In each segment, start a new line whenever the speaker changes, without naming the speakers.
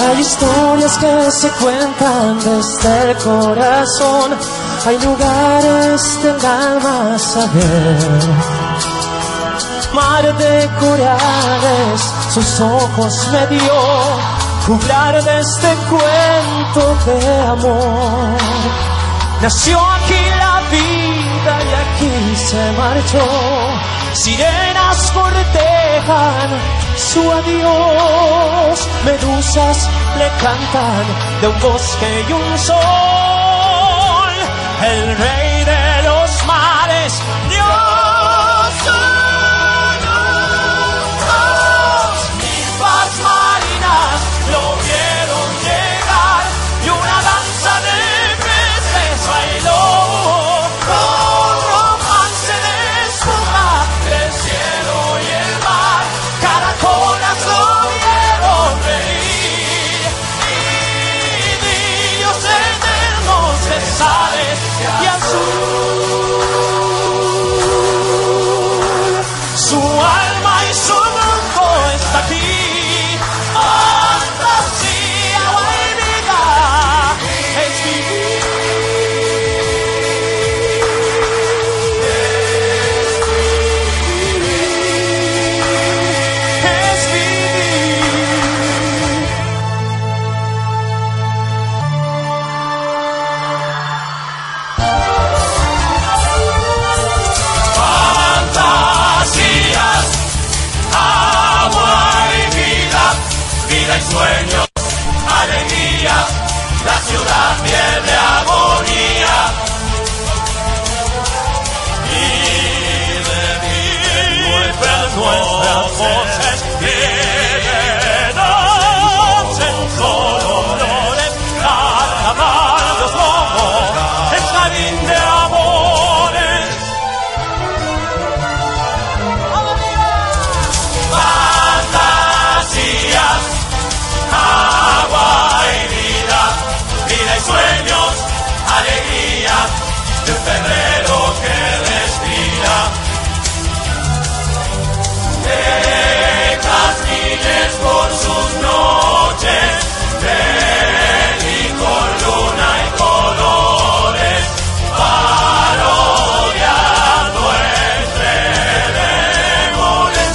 Hay historias que se cuentan desde el corazón, hay lugares del alma a saber. Mar de corales, sus ojos me dio, juglar de este cuento de amor. Nació aquí la vida y aquí se marchó, sirenas cortejan su adiós. Medusas le cantan de un bosque y un sol. El rey de los mares, Dios santos. Ninfas marinas lo vieron llegar y una danza de peces bailó. Un romance de espuma del cielo y el mar. Caracolas lo vieron reír y niños eternos de sales y azul. Su alma y su mundo está aquí. Fantasía o hay vida es vivir, es vivir. fantasías, agua y vida, vida y sueños, alegría, la ciudad pierde agonía. Y de mí nuestras voces vienen en colores, calamardos como el jardín de amores. fantasías, agua y vida, vida y sueños, alegría de un febrero que respira. De jazmines por sus noches, de licor, luna y colores, parodiando entre demones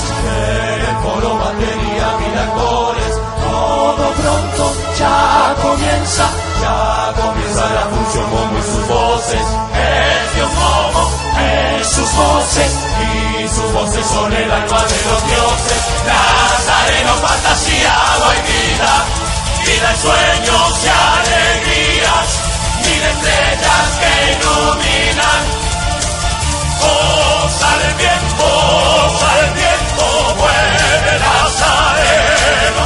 el coro, batería, miracores, todo pronto ya comienza, ya comienza la función como y sus voces, es Dios como en sus voces, y sus voces son el alma de los dioses, Nazareno, fantasía, agua y vida, vida en sueños y alegrías, mil estrellas que iluminan Oh, sale el tiempo, sale el tiempo, vuelve Nazareno.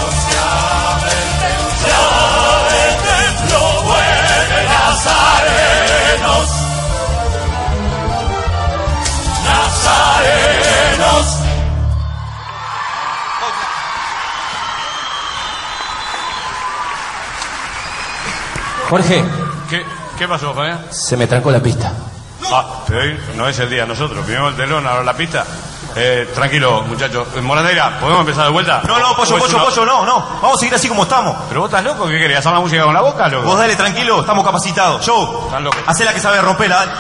Se abre el templo, se abre el templo, vuelve Nazarenos. Nazarenos.
Jorge,
¿Qué, qué pasó, Fabián?
se me trancó la pista.
Ah, pero hoy no es el día de nosotros. Primero el telón, ahora la pista. Eh, tranquilo, muchachos. Eh, Morandeira, ¿podemos empezar de vuelta?
No, no, pollo,
Pues
pollo,
una-
pollo, no, no. Vamos a seguir así como estamos.
¿Pero vos estás loco? ¿Qué querías? ¿Hacer la música con la boca, loco?
Vos dale tranquilo, estamos capacitados. Yo,
Están locos.
hacé la que sabe romperla. dale.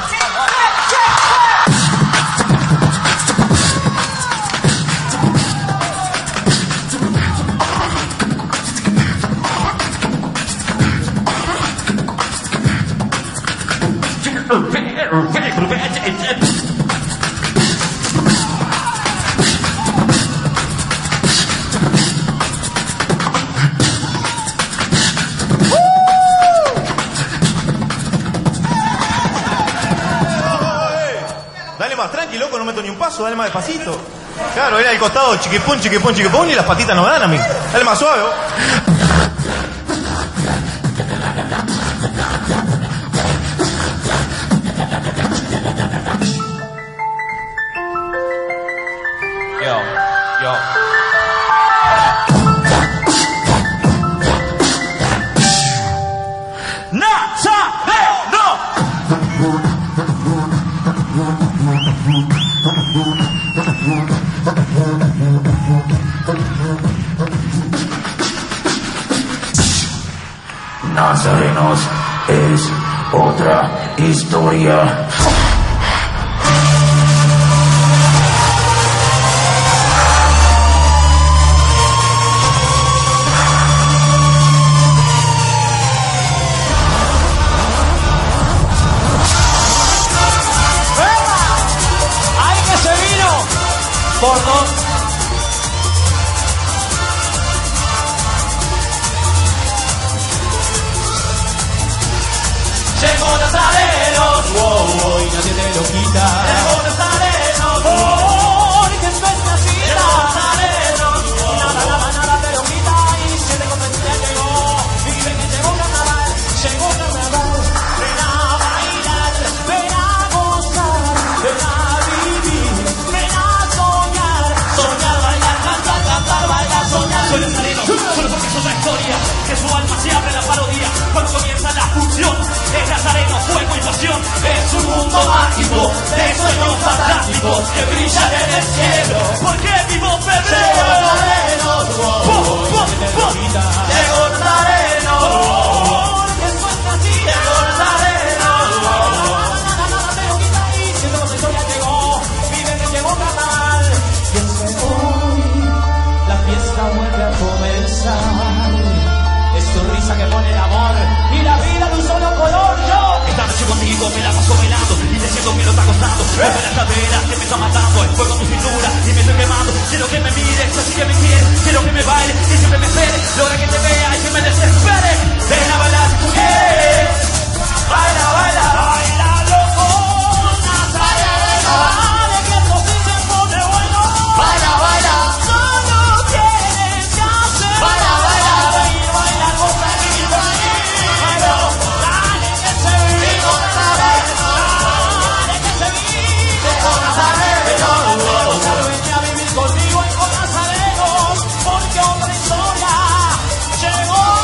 Dale más tranqui, loco, no meto ni un paso, dale más despacito. Claro, era el costado, chiquipón, chiquipón, chiquipón, y las patitas no dan, amigo. Dale más suave. vos.
Yo, yo.
¡Nazareno!
Nazarenos es otra historia.
¡Ay, que se vino! Por dos. Llegó Nazarenos, wow, wow, y nadie te lo quita. Llegó Nazarenos, oh, que es bendecida. Llegó Nazarenos, y nada, nada, nada te lo quita. Y siete con veinte llegó, y ven que llegó Carnaval, llegó Carnaval. Ven a bailar, ven a gozar, ven a vivir, ven a soñar. Soñar, bailar, cantar, cantar, bailar, soñar. Soy Nazareno, solo porque soy la historia, que su alma se abre a la parodia. Cuando comienza la función, es Nazareno, fuego y pasión. Es un mundo mágico, de sueños fantásticos, que brillan en el cielo. Porque vivo febrero. Pum, pum, pum. Llegó Nazareno. Llegó La fiesta vuelve a comenzar. Es sonrisa que pone el amor y la vida de un solo color. Yo esta noche contigo me la paso bailando y te siento que lo está costando. Me la cadera que me está matando. El fuego en mi cintura y me estoy quemando. Quiero que me mires, así que me quieres. Quiero que me baile y siempre me espere. Logra que te vea y que me desespere. Ven a bailar si tú quieres. Baila, baila, baila, loco. Nazareno. Dale que esto sí se pone bueno. Baila, baila. Solo tienes que hacer. Baila, baila. Baila, baila, baila, baila. Dale que se viva. Dale que se viva. Con Nazareno. Vente a vivir conmigo y con Nazareno. Porque otra historia llegó.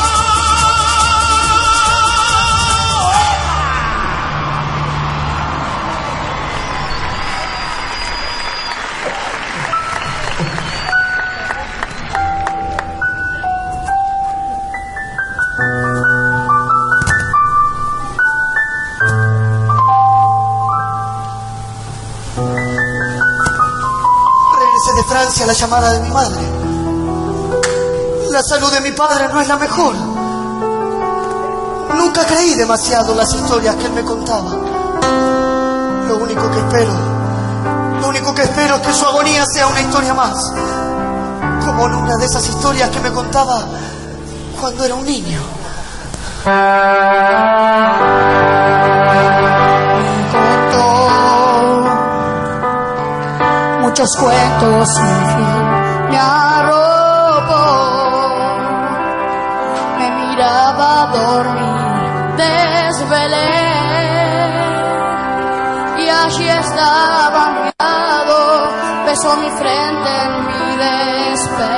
Regresé de Francia a la llamada de mi madre. La salud de mi padre no es la mejor. Nunca creí demasiado las historias que él me contaba. Lo único que espero, lo único que espero es que su agonía sea una historia más. Como en una de esas historias que me contaba cuando era un niño.
contó muchos cuentos sin fin. Me arropó, me miraba dormir, desvelé y allí estaba a mi lado, besó mi frente en mi despertar.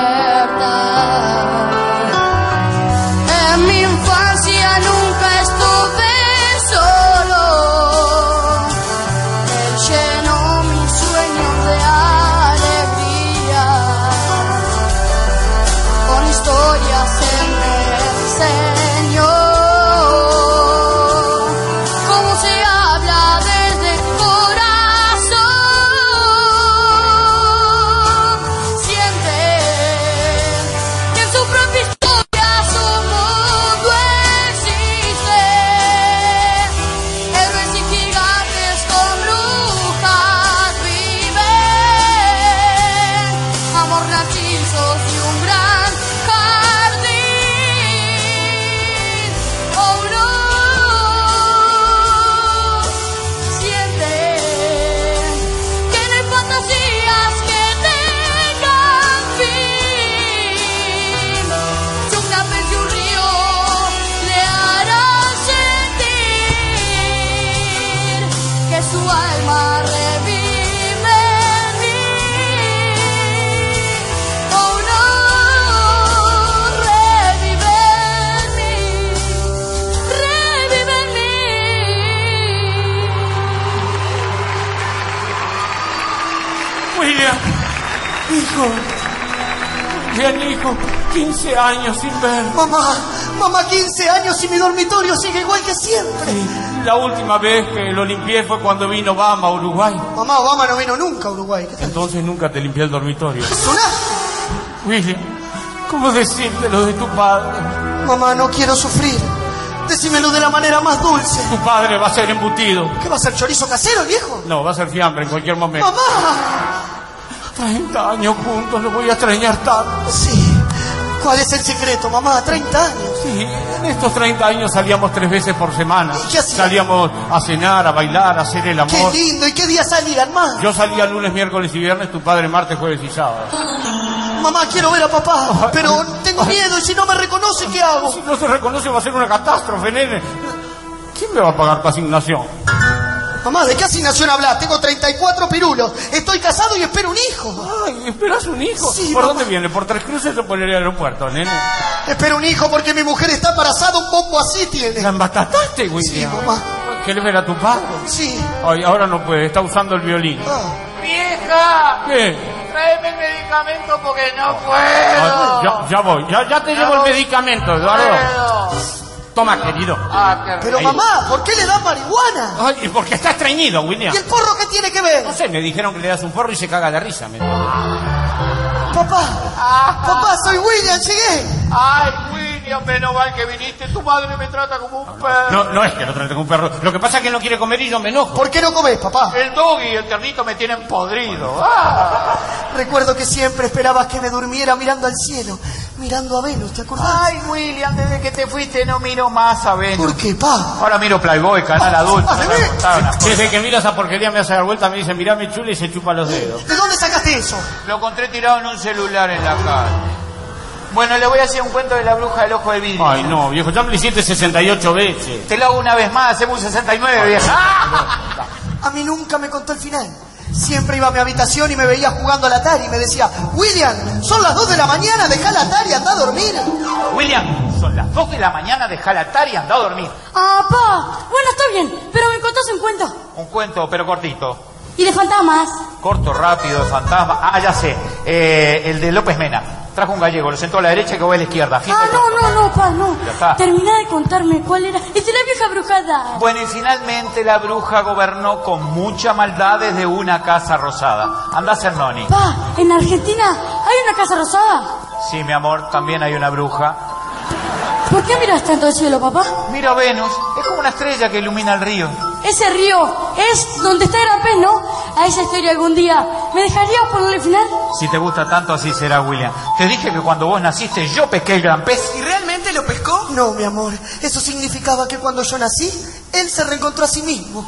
En mi infancia nunca estuve solo. Él llenó mis sueños de alegría. Con historias él me enseñó cómo se habla desde el corazón. Siente que en su propia historia su mundo existe. Héroes y gigantes con brujas viven. Amor narcisos y un gran jardín. Oh no. Siente que no hay fantasías que tengan fin. Si un café y un río le hará sentir que su alma revive en mí. Oh no, revive en mí, revive en mí.
William, hijo,
Bien, hijo, 15 años sin ver.
Mamá, mamá, 15 años y mi dormitorio sigue igual que siempre.
La última vez que lo limpié fue cuando vino Obama a Uruguay.
Mamá, Obama no vino nunca a Uruguay. ¿Qué tal?
Entonces nunca te limpié el dormitorio.
¿Es una?
William, ¿cómo decirte lo de tu padre?
Mamá, no quiero sufrir. Decímelo de la manera más dulce.
Tu padre va a ser embutido.
¿Qué va a ser chorizo casero, el viejo?
No, va a ser fiambre en cualquier momento.
Mamá.
30 Ah, años juntos, lo voy a extrañar tanto.
Sí. ¿Cuál es el secreto, mamá? 30 años.
Sí, en estos 30 años salíamos tres veces por semana.
¿Y qué hacían?
Salíamos a cenar, a bailar, a hacer el
Qué
amor.
lindo. ¿Y qué día salían, mamá?
Yo salía lunes, miércoles y viernes, tu padre martes, jueves y sábado.
Mamá, quiero ver a papá, pero tengo miedo y si no me reconoce, ¿qué hago?
Si no se reconoce va a ser una catástrofe, nene. ¿Quién me va a pagar tu asignación?
Mamá, ¿de qué asignación hablas? Tengo 34 pirulos. Estoy casado y espero un hijo.
Ay, esperas un hijo.
Sí,
¿Por
mamá.
dónde viene? ¿Por tres cruces o por el aeropuerto, nene?
Espero un hijo porque mi mujer está embarazada, un bombo así
La
tiene.
embatataste, William.
Sí, mamá.
¿Querés ver a tu padre?
Sí.
Ay, ahora no puede, está usando el violín.
Ah.
¡Vieja!
¿Qué?
Tráeme el medicamento porque no
Ah,
puedo.
ya, ya voy, ya, ya te llevo el medicamento, Eduardo.
puedo.
Toma, querido.
Ah, qué rico.
Pero mamá, ¿por qué le dan marihuana?
Ay, ¿y por qué estás estreñido, William?
¿Y el porro qué tiene que
No
ver?
sé, me dijeron que le das un porro y se caga de risa. me-
Papá, papá, soy William, llegué.
Ay, William, menos mal que viniste. Tu madre me trata como un perro.
No, no es que lo trate como un perro. Lo que pasa es que él no quiere comer y yo me enojo.
¿Por qué no comes, papá?
El dog y el ternito me tienen podrido. Ah.
Recuerdo que siempre esperabas que me durmiera mirando al cielo, mirando a Venus, ¿te acordás?
Ay, William, desde que te fuiste no miro más a Venus.
¿Por qué, pa?
Ahora miro Playboy, canal adulto. no me gustaban las
Desde que mira esa porquería me hace dar vuelta, me dice, mirá mi chula y se chupa los dedos.
¿De dónde sacaste eso?
Lo encontré tirado en un celular en la calle. Bueno, le voy a hacer un cuento de la bruja del ojo de vidrio.
Ay, no, viejo, ya me lo hiciste 68 veces.
Te lo hago una vez más, hacemos un 69, vieja. ¡Ah!
A mí nunca me contó el final. Siempre iba a mi habitación y me veía jugando al Atari y me decía, William, son las 2 de la mañana, deja el Atari, anda a dormir.
William, son las 2 de la mañana, deja la atar y anda a dormir.
Ah, pa. Bueno, está bien, pero me contás un cuento.
Un cuento, pero cortito.
Y de fantasmas.
Corto, rápido, fantasma. Ah, ya sé. Eh, el de López Mena. Trajo un gallego, lo sentó a la derecha y que voy a la izquierda. Fin
Ah,
del
no,
cuento.
no, no, pa, no.
Ya está.
Terminá de contarme cuál era. Es de la vieja brujada.
Bueno, y finalmente la bruja gobernó con mucha maldad desde una casa rosada. Andá a ser noni.
Pa, en Argentina hay una casa rosada.
Sí, mi amor, también hay una bruja.
¿Por qué miras tanto el cielo, papá?
Mira a Venus, es como una estrella que ilumina el río.
Ese río es donde está Gran Pez, ¿no? A esa historia algún día. ¿Me dejarías ponerle final?
Si te gusta tanto, así será, William. Te dije que cuando vos naciste yo pesqué el gran pez.
¿Y realmente lo pescó?
No, mi amor, eso significaba que cuando yo nací, él se reencontró a sí mismo.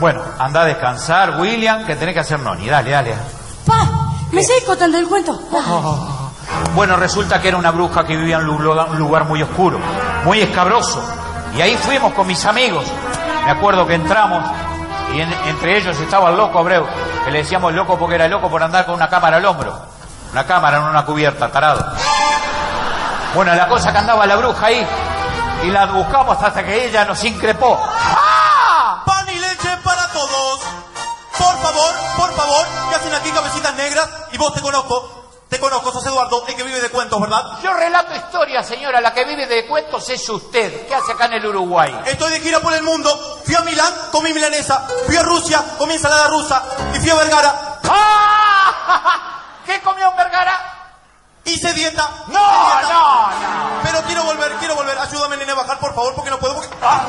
Bueno, anda a descansar, William, que tenés que hacer noni. Dale, dale.
Pa, me seguís contando el cuento.
Bueno, resulta que era una bruja que vivía en un lugar- un lugar muy oscuro, muy escabroso. Y ahí fuimos con mis amigos. Me acuerdo que entramos y en- entre ellos estaba el loco Abreu, que le decíamos loco porque era loco por andar con una cámara al hombro. Una cámara en una cubierta, tarado. Bueno, la cosa que andaba la bruja ahí y la buscamos hasta que ella nos increpó.
Pan y leche para todos. Por favor, por favor, ¿qué hacen aquí cabecitas negras? Y vos te conozco, te conozco, sos Eduardo, el que vive de cuentos, ¿verdad?
Yo relato historia, señora, la que vive de cuentos es usted. ¿Qué hace acá en el Uruguay?
Estoy de gira por el mundo, fui a Milán, comí milanesa, fui a Rusia, comí ensalada rusa, y fui a Vergara,
¡Ah! ¿Qué comió en Vergara?
hice dieta. hice
No,
dieta.
no, no.
Pero quiero volver, quiero volver. Ayúdame, nene, a bajar, por favor, porque no puedo. Porque... ¡Ah!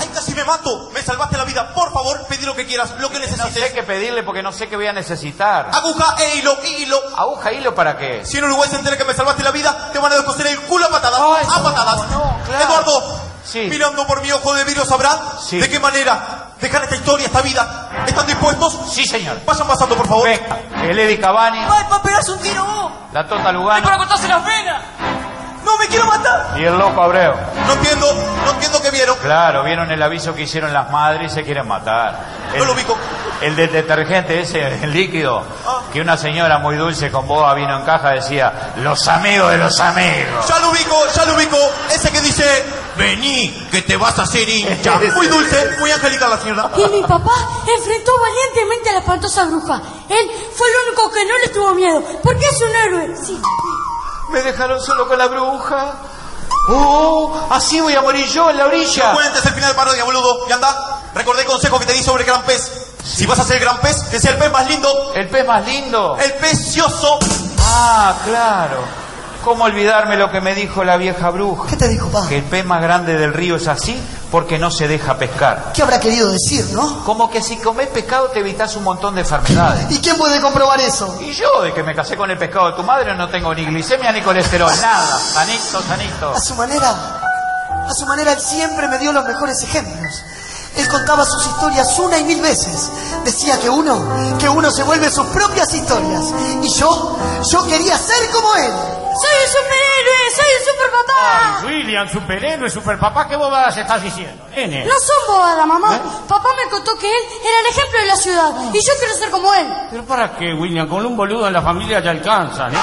¡Ay, casi me mato! Me salvaste la vida. Por favor, pedí lo que quieras, lo que
No sé
necesites.
qué pedirle porque no sé qué voy a necesitar.
Aguja e hilo, y hilo.
¿Aguja hilo para qué?
Si en Uruguay se entera que me salvaste la vida, te van a descoser el culo a patadas.
Ay,
a
Ah, no,
patadas.
no, claro.
Eduardo,
Sí.
mirando por mi ojo de vidrio sabrá
Sí.
de qué manera dejar esta historia, esta vida. ¿Están dispuestos?
Sí, señor.
Vayan pasando, por favor.
Venga, el Eddie Cavani,
¡Ay, para pegarse un tiro vos!
la Tota
¡Ay, para
Lugano
cortarse las venas!
¡No, me quiero matar!
y el loco Abreu.
No entiendo, no entiendo qué vieron.
Claro, vieron el aviso que hicieron las madres y se quieren matar. El,
No lo ubico.
El del detergente ese, el líquido,
Ah.
que una señora muy dulce con boa vino en caja decía, los amigos de los amigos.
Ya lo ubico, ya lo ubico. Ese que dice, vení, que te vas a hacer hincha.
Ese.
Muy dulce, muy angelical la señora.
Y mi papá enfrentó valientemente a la espantosa bruja. Él fue el único que no le tuvo miedo, porque es un héroe. Sí.
Me dejaron solo con la bruja. ¡Oh! Así voy a morir yo en la orilla.
Cuentes este el final de parodia, boludo. Y anda. Recordé el consejo que te di sobre el gran pez. Si vas a ser el gran pez, que sea el pez más lindo.
¿El pez más lindo?
El precioso.
Ah, claro. ¿Cómo olvidarme lo que me dijo la vieja bruja? ¿Qué
te dijo, pa?
Que el pez más grande del río es así porque no se deja pescar.
¿Qué habrá querido decir, no?
Como que si comés pescado te evitas un montón de enfermedades.
¿Y quién puede comprobar eso?
Y yo, de que me casé con el pescado de tu madre, no tengo ni glicemia ni colesterol, nada. Sanito, sanito.
A su manera, a su manera, él siempre me dio los mejores ejemplos. Él contaba sus historias una y mil veces. Decía que uno, que uno se vuelve sus propias historias. Y yo, yo quería ser como él.
¡Soy un superhéroe! ¡Soy un superpapá!
William, superhéroe, superpapá, ¿qué bobadas estás diciendo? N.
No son bobadas, mamá.
¿Eh?
Papá me contó que él era el ejemplo de la ciudad. Y yo quiero ser como él.
Pero para qué, William, con un boludo en la familia te alcanza, ¿no?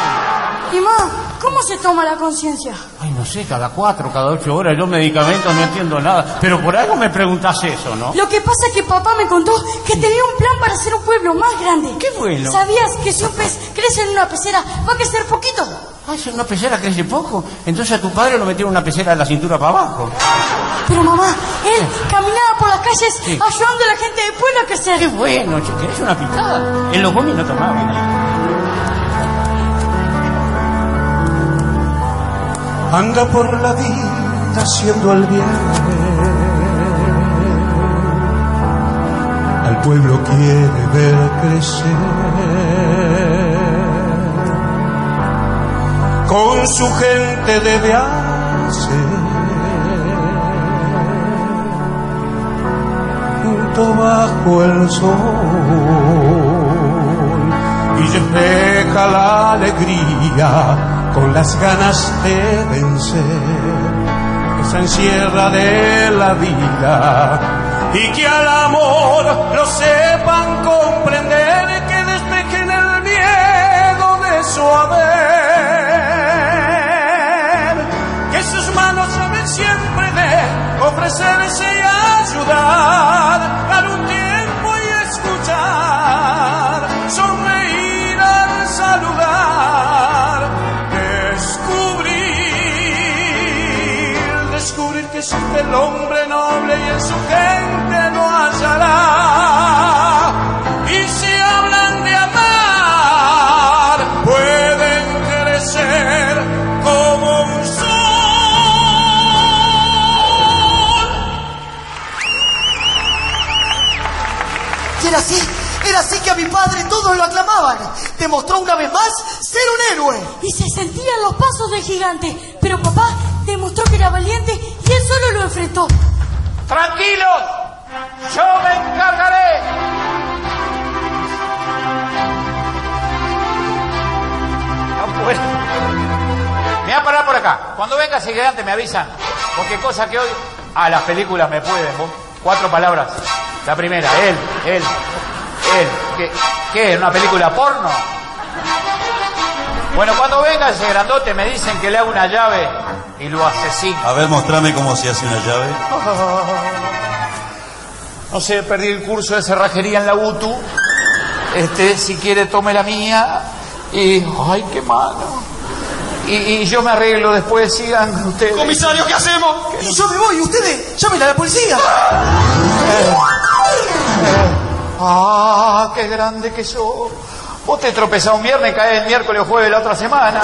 Y mamá, ¿cómo se toma la conciencia?
Ay, no sé, cada cuatro, cada ocho horas, yo medicamentos no entiendo nada. Pero por algo me preguntás eso, ¿no?
Lo que pasa es que papá me contó que tenía un plan para hacer un pueblo más grande.
¿Qué pueblo?
¿Sabías que si un pez crece en una pecera va a crecer poquito?
Ay, si una pecera crece poco, entonces a tu padre lo metieron una pecera de la cintura para abajo.
Pero mamá, él caminaba por las calles ayudando a la gente del pueblo a crecer.
Qué bueno, che, ¿querés una picada? En los gomis no tomaban.
anda por la vida haciendo el bien. Al pueblo quiere ver crecer. Con su gente debe hacer. Junto bajo el sol y refleja la alegría con las ganas de vencer esa encierra de la vida y que al amor lo sepan comprender que despejen el miedo de su haber que sus manos saben siempre de ofrecerse y ayudar dar un tiempo y escuchar sonreír al saludar descubrir, descubrir que existe el hombre noble y en su gente no hallará. Y si hablan de amar, pueden crecer como un sol.
Y era así, era así que a mi padre todos lo aclamaban. Demostró una vez más ser un héroe.
Y se sentían los pasos del gigante. Pero papá demostró que era valiente y él solo lo enfrentó.
Tranquilos, yo me encargaré. No puedo. Me voy a parar por acá. Cuando venga ese gigante me avisan. Porque cosa que hoy... Ah, las películas me pueden. vos. Cuatro palabras. La primera, él, él, él. ¿Qué? ¿Qué? ¿Una película porno? Bueno, cuando venga ese grandote me dicen que le hago una llave y lo asesino.
A ver, mostrame cómo se hace una llave.
No sé, perdí el curso de cerrajería en la UTU. Este, si quiere, tome la mía. Y, ay, qué malo. Y, y yo me arreglo después, sigan ustedes.
Comisario, ¿qué hacemos?
Y yo me voy, y ustedes, llamen a la policía.
Ah, qué grande que sos. Vos te tropezás un viernes, caes el miércoles o jueves de la otra semana.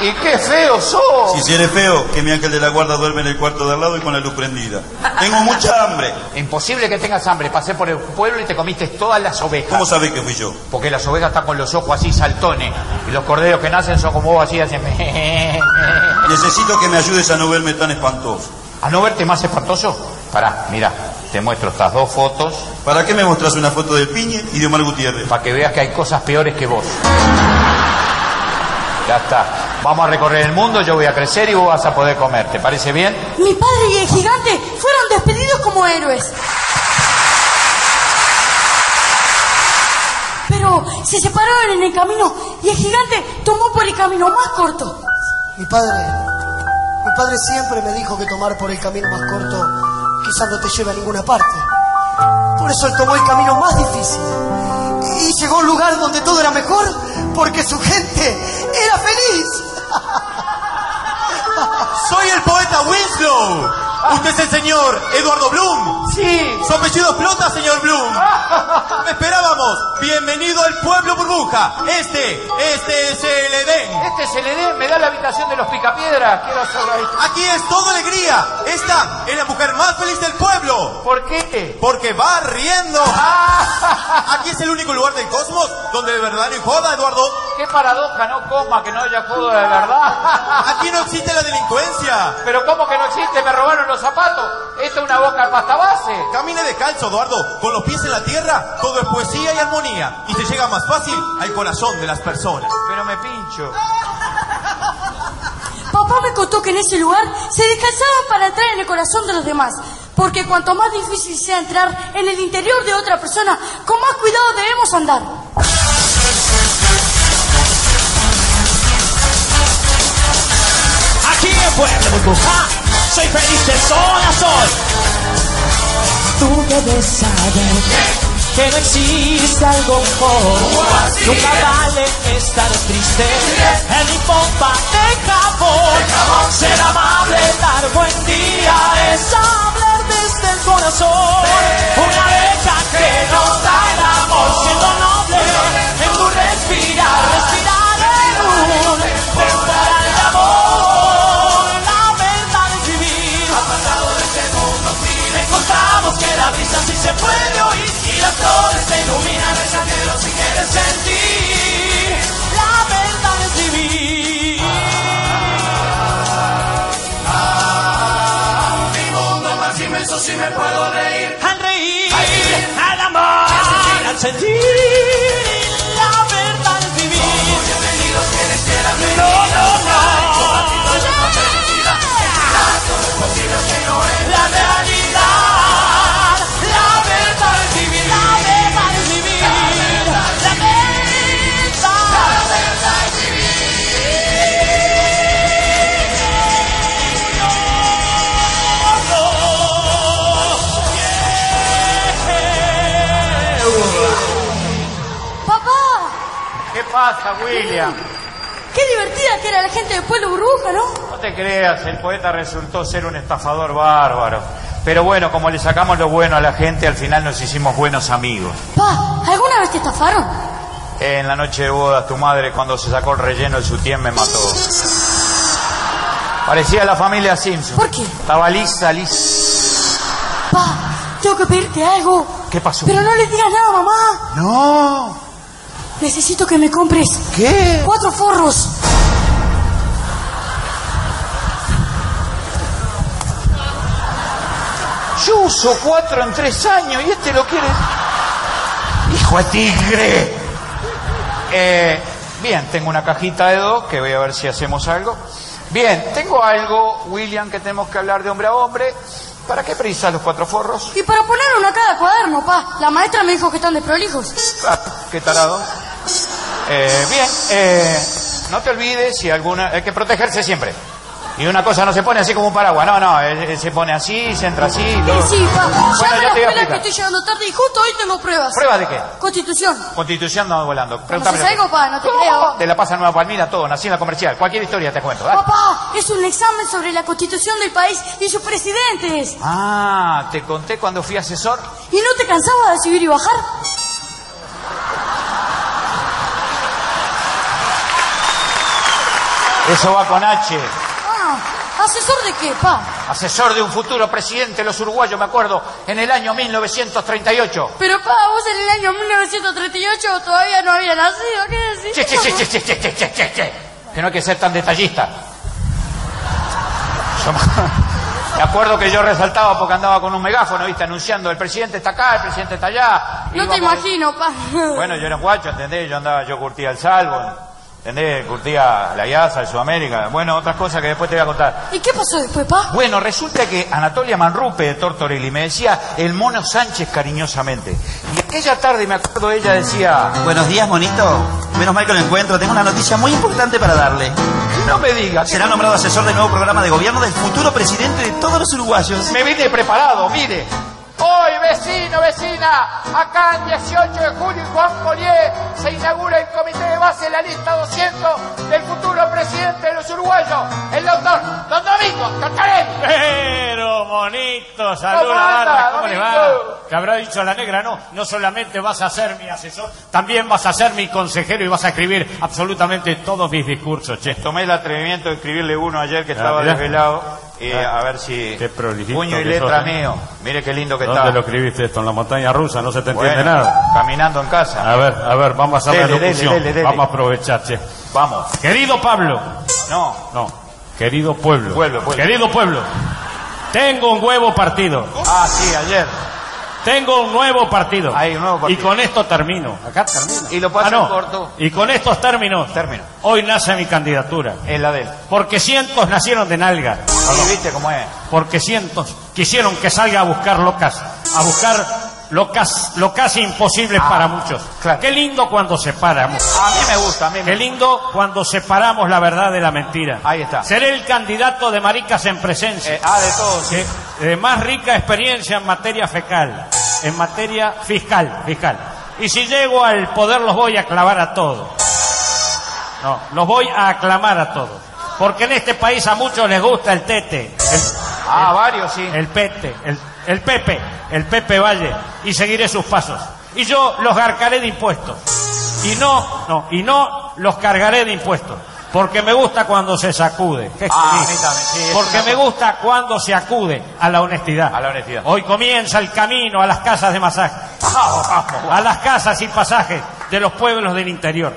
Y qué feo sos.
Si eres feo, que mi ángel de la guarda duerme en el cuarto de al lado y con la luz prendida. Tengo mucha hambre.
Imposible que tengas hambre. Pasé por el pueblo y te comiste todas las ovejas.
¿Cómo sabés que fui yo?
Porque las ovejas están con los ojos así saltones. Y los corderos que nacen son como vos así, hacen...
Necesito que me ayudes a no verme tan espantoso.
¿A no verte más espantoso? Pará, mira, te muestro estas dos fotos
¿Para qué me mostrás una foto del Piñe y de Omar Gutiérrez?
para que veas que hay cosas peores que vos. Ya está. Vamos a recorrer el mundo, yo voy a crecer y vos vas a poder comer. ¿Te parece bien?
Mi padre y el gigante fueron despedidos como héroes. Pero se separaron en el camino y el gigante tomó por el camino más corto.
Mi padre, mi padre siempre me dijo que tomar por el camino más corto quizás no te lleve a ninguna parte. Por eso él tomó el camino más difícil. Y llegó a un lugar donde todo era mejor porque su gente era feliz.
Soy el poeta Winslow. Usted es el señor Eduardo Bloom. Sí. Su apellido explota, señor Bloom. Me esperábamos. Bienvenido al pueblo burbuja. Este, este es el Edén.
Este es el Edén. Me da la habitación de los picapiedras. Quiero hacerlo ahí.
Aquí es todo alegría. Esta es la mujer más feliz del pueblo.
¿Por qué?
Porque va riendo. Aquí es el único lugar del cosmos donde de verdad no joda, Eduardo.
Qué paradoja, no coma, que no haya jodo de verdad.
Aquí no existe la delincuencia.
Pero ¿cómo que no existe? Me robaron los zapatos. Esto es una boca al pasta base.
Camine descalzo, Eduardo, con los pies en la tierra, todo es poesía y armonía, y se llega más fácil al corazón de las personas.
Pero me pincho.
Papá me contó que en ese lugar se descansaban para entrar en el corazón de los demás. Porque cuanto más difícil sea entrar en el interior de otra persona, con más cuidado debemos andar.
Aquí en Pueblo Burbuja, soy feliz de sol a sol.
Tú debes saber que no existe algo mejor. Nunca vale estar triste. En mi pompa de jabón. Ser amable, dar buen día es hablar desde el corazón. Una beca que nos da el amor. Siendo noble en tu respirar. Respirar en un temporal de amor. La verdad es vivir. Apartado de este mundo sin encontramos que la brisa sí se puede oír y las flores
este
se iluminan el sendero si quieres sentir. La verdad es vivir.
Mi mundo más inmenso si me puedo reír.
Al reír, al amor, al sentir. La verdad es vivir.
Bienvenidos quienes quieran venir.
No, no, no. La realidad, la verdad es vivir, la verdad es vivir, la verdad, la verdad es vivir.
Papá,
¿Qué pasa, William?
qué divertida que era la gente del pueblo burbuja, ¿no?
No te creas, el poeta resultó ser un estafador bárbaro. Pero bueno, como le sacamos lo bueno a la gente, al final nos hicimos buenos amigos.
Pa, ¿alguna vez te estafaron?
En la noche de bodas, tu madre, cuando se sacó el relleno de su tien, me mató. Parecía la familia Simpson.
¿Por qué?
Estaba lisa, lisa.
Pa, tengo que pedirte algo.
¿Qué pasó?
Pero no le digas nada, mamá.
No.
Necesito que me compres.
¿Qué?
Cuatro forros.
Yo uso cuatro en tres años y este lo quiere. ¡Hijo de tigre! Eh, bien, tengo una cajita de dos que voy a ver si hacemos algo. Bien, tengo algo, William, que tenemos que hablar de hombre a hombre. ¿Para qué precisas los cuatro forros?
Y para poner uno a cada cuaderno, pa. La maestra me dijo que están desprolijos.
Ah, qué tarado. Eh, bien, eh, no te olvides si alguna. Hay que protegerse siempre. Y una cosa no se pone así como un paraguas, no, no, eh, eh, se pone así, se entra así. todo.
Sí, pa.
Bueno,
Llame
ya te voy a
a la escuela que
explicar.
estoy llegando tarde y justo hoy tengo pruebas.
¿Pruebas de qué?
Constitución.
Constitución no volando. Pregúntame.
¿Conoces algo, pa? No te creo.
De La Paz a Nueva Palmira, todo, nací en la comercial. Cualquier historia te cuento. dale.
Papá, es un examen sobre la constitución del país y sus presidentes.
Ah, te conté cuando fui asesor.
¿Y no te cansabas de subir y bajar?
Eso va con H.
Ah, ¿asesor de qué, pa?
Asesor de un futuro presidente de los uruguayos, me acuerdo, en el año 1938.
Pero, pa, vos en el año 1938 todavía no había nacido, ¿qué decís?
Che, che, che, che, che, che, che, che, che, che. Que no hay que ser tan detallista. Yo me- me acuerdo que yo resaltaba porque andaba con un megáfono, ¿viste? Anunciando, el presidente está acá, el presidente está allá.
No
Íbamos-
te imagino, pa.
Bueno, yo era guacho, ¿entendés? Yo andaba, yo curtía el salvo, ¿entendés? Curtía la IASA, el Sudamérica, bueno, otras cosas que después te voy a contar.
¿Y qué pasó después, pa?
Bueno, resulta que Anatolia Manrupe de Tortorelli me decía el mono Sánchez cariñosamente. Y aquella tarde, me acuerdo, ella decía,
Buenos días, monito. Menos mal que lo encuentro. Tengo una noticia muy importante para darle.
no me digas.
Será nombrado asesor del nuevo programa de gobierno del futuro presidente de todos los uruguayos.
Me vine preparado, mire.
Hoy, vecino, vecina, acá en 18 de julio en Juan Polié se inaugura el comité de base de la lista 200 del futuro presidente de los uruguayos, el doctor Don Domingo Cacarelli.
Pero, monito, saluda
¿Cómo anda,
Barra, ¿cómo le
Domingo?
va? Te habrá dicho la negra, no, no solamente vas a ser mi asesor, también vas a ser mi consejero y vas a escribir absolutamente todos mis discursos, che.
Tomé el atrevimiento de escribirle uno ayer que
Ah,
estaba
mirá.
desvelado. Y
Ah.
a ver si.
que
Puño y letra
sos, ¿eh?
mío. Mire qué lindo que
¿Dónde
está.
lo escribiste esto? ¿En la montaña rusa? No se te entiende
Bueno,
nada.
Caminando en casa.
Ah.
A ver, a ver, vamos a hacer
Dele,
la locución.
dele, dele, dele.
Vamos a aprovechar, che.
Vamos.
Querido Pablo.
No.
No. Querido pueblo.
Pueblo, pueblo.
Querido pueblo. Tengo un huevo partido.
Ah, sí, ayer.
Tengo un nuevo partido.
partido.
Y con esto termino. Acá termino.
Y lo puedo
Ah,
hacer
no.
corto.
Y con estos términos. Hoy nace mi candidatura.
Es la de él.
Porque cientos nacieron de nalga.
Sí, ¿Viste cómo es?
Porque cientos quisieron que salga a buscar locas. A buscar locas, locas imposibles para muchos. Qué lindo cuando separamos.
A mí me gusta, a mí me
Qué lindo cuando separamos la verdad de la mentira. Ahí está. Seré el candidato de maricas en presencia.
ah, de todos.
Que- de eh. más rica experiencia en materia fecal, en materia fiscal, fiscal. Y si llego al poder los voy a clavar a todos. No, los voy a aclamar a todos. Porque en este país a muchos les gusta el tete. El, ah,
varios, sí.
El pete, el, el pepe, el pepe Valle. Y seguiré sus pasos. Y yo los cargaré de impuestos. Y no, no, y no los cargaré de impuestos. Porque me gusta cuando se sacude. Qué
Ah,
feliz.
a mí también, sí, es
Porque
una-
me gusta cuando se acude a la honestidad.
A la honestidad.
Hoy comienza el camino a las casas de masaje. A las casas y pasajes de los pueblos del interior.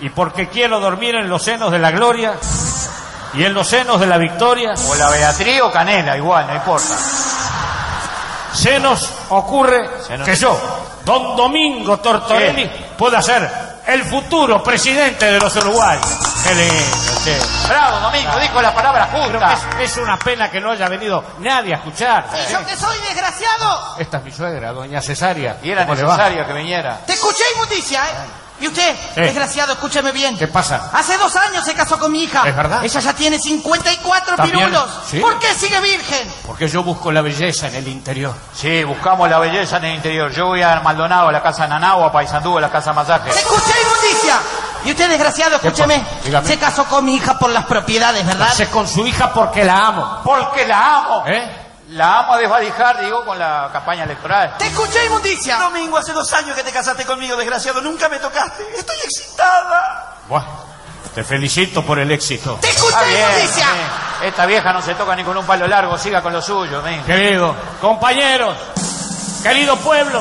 Y porque quiero dormir en los senos de la gloria y en los senos de la victoria.
O la Beatriz o Canela, igual, no importa.
Se nos ocurre
Senos.
que yo, don Domingo Tortorelli, pueda ser el futuro presidente de los uruguayos. Qué lindo, che.
Bravo, Domingo, dijo la palabra
Pero
justa.
es, es una pena que no haya venido nadie a escuchar.
¿Y yo que soy desgraciado?
Esta es mi suegra, doña Cesaria.
Y era
¿Cómo le va?
necesario que viniera.
Te escuché inmundicia, ¿eh? Y usted,
Sí.
desgraciado, escúcheme bien.
¿Qué pasa?
Hace dos años se casó con mi hija.
Es verdad.
Ella ya tiene 54
También,
pirulos.
sí.
¿Por qué sigue virgen?
Porque yo busco la belleza en el interior.
Sí, buscamos la belleza en el interior. Yo voy a Maldonado, a la casa Nanagua, a Paysandú, a la casa Masaje.
Te escuché inmundicia. Y usted, desgraciado, escúcheme.
pasa? Dígame.
Se casó con mi hija por las propiedades, ¿verdad?
Se con su hija porque la amo.
Porque la amo.
¿Eh?
La amo a desvalijar, digo, con la campaña electoral.
Te escuché inmundicia.
Domingo, hace dos años que te casaste conmigo, desgraciado. Nunca me tocaste. Estoy excitada.
Buah, te felicito por el éxito.
Te escuché
Está bien,
inmundicia.
sí. Esta vieja no se toca ni con un palo largo, siga con lo suyo, men.
Querido, compañeros, querido pueblo,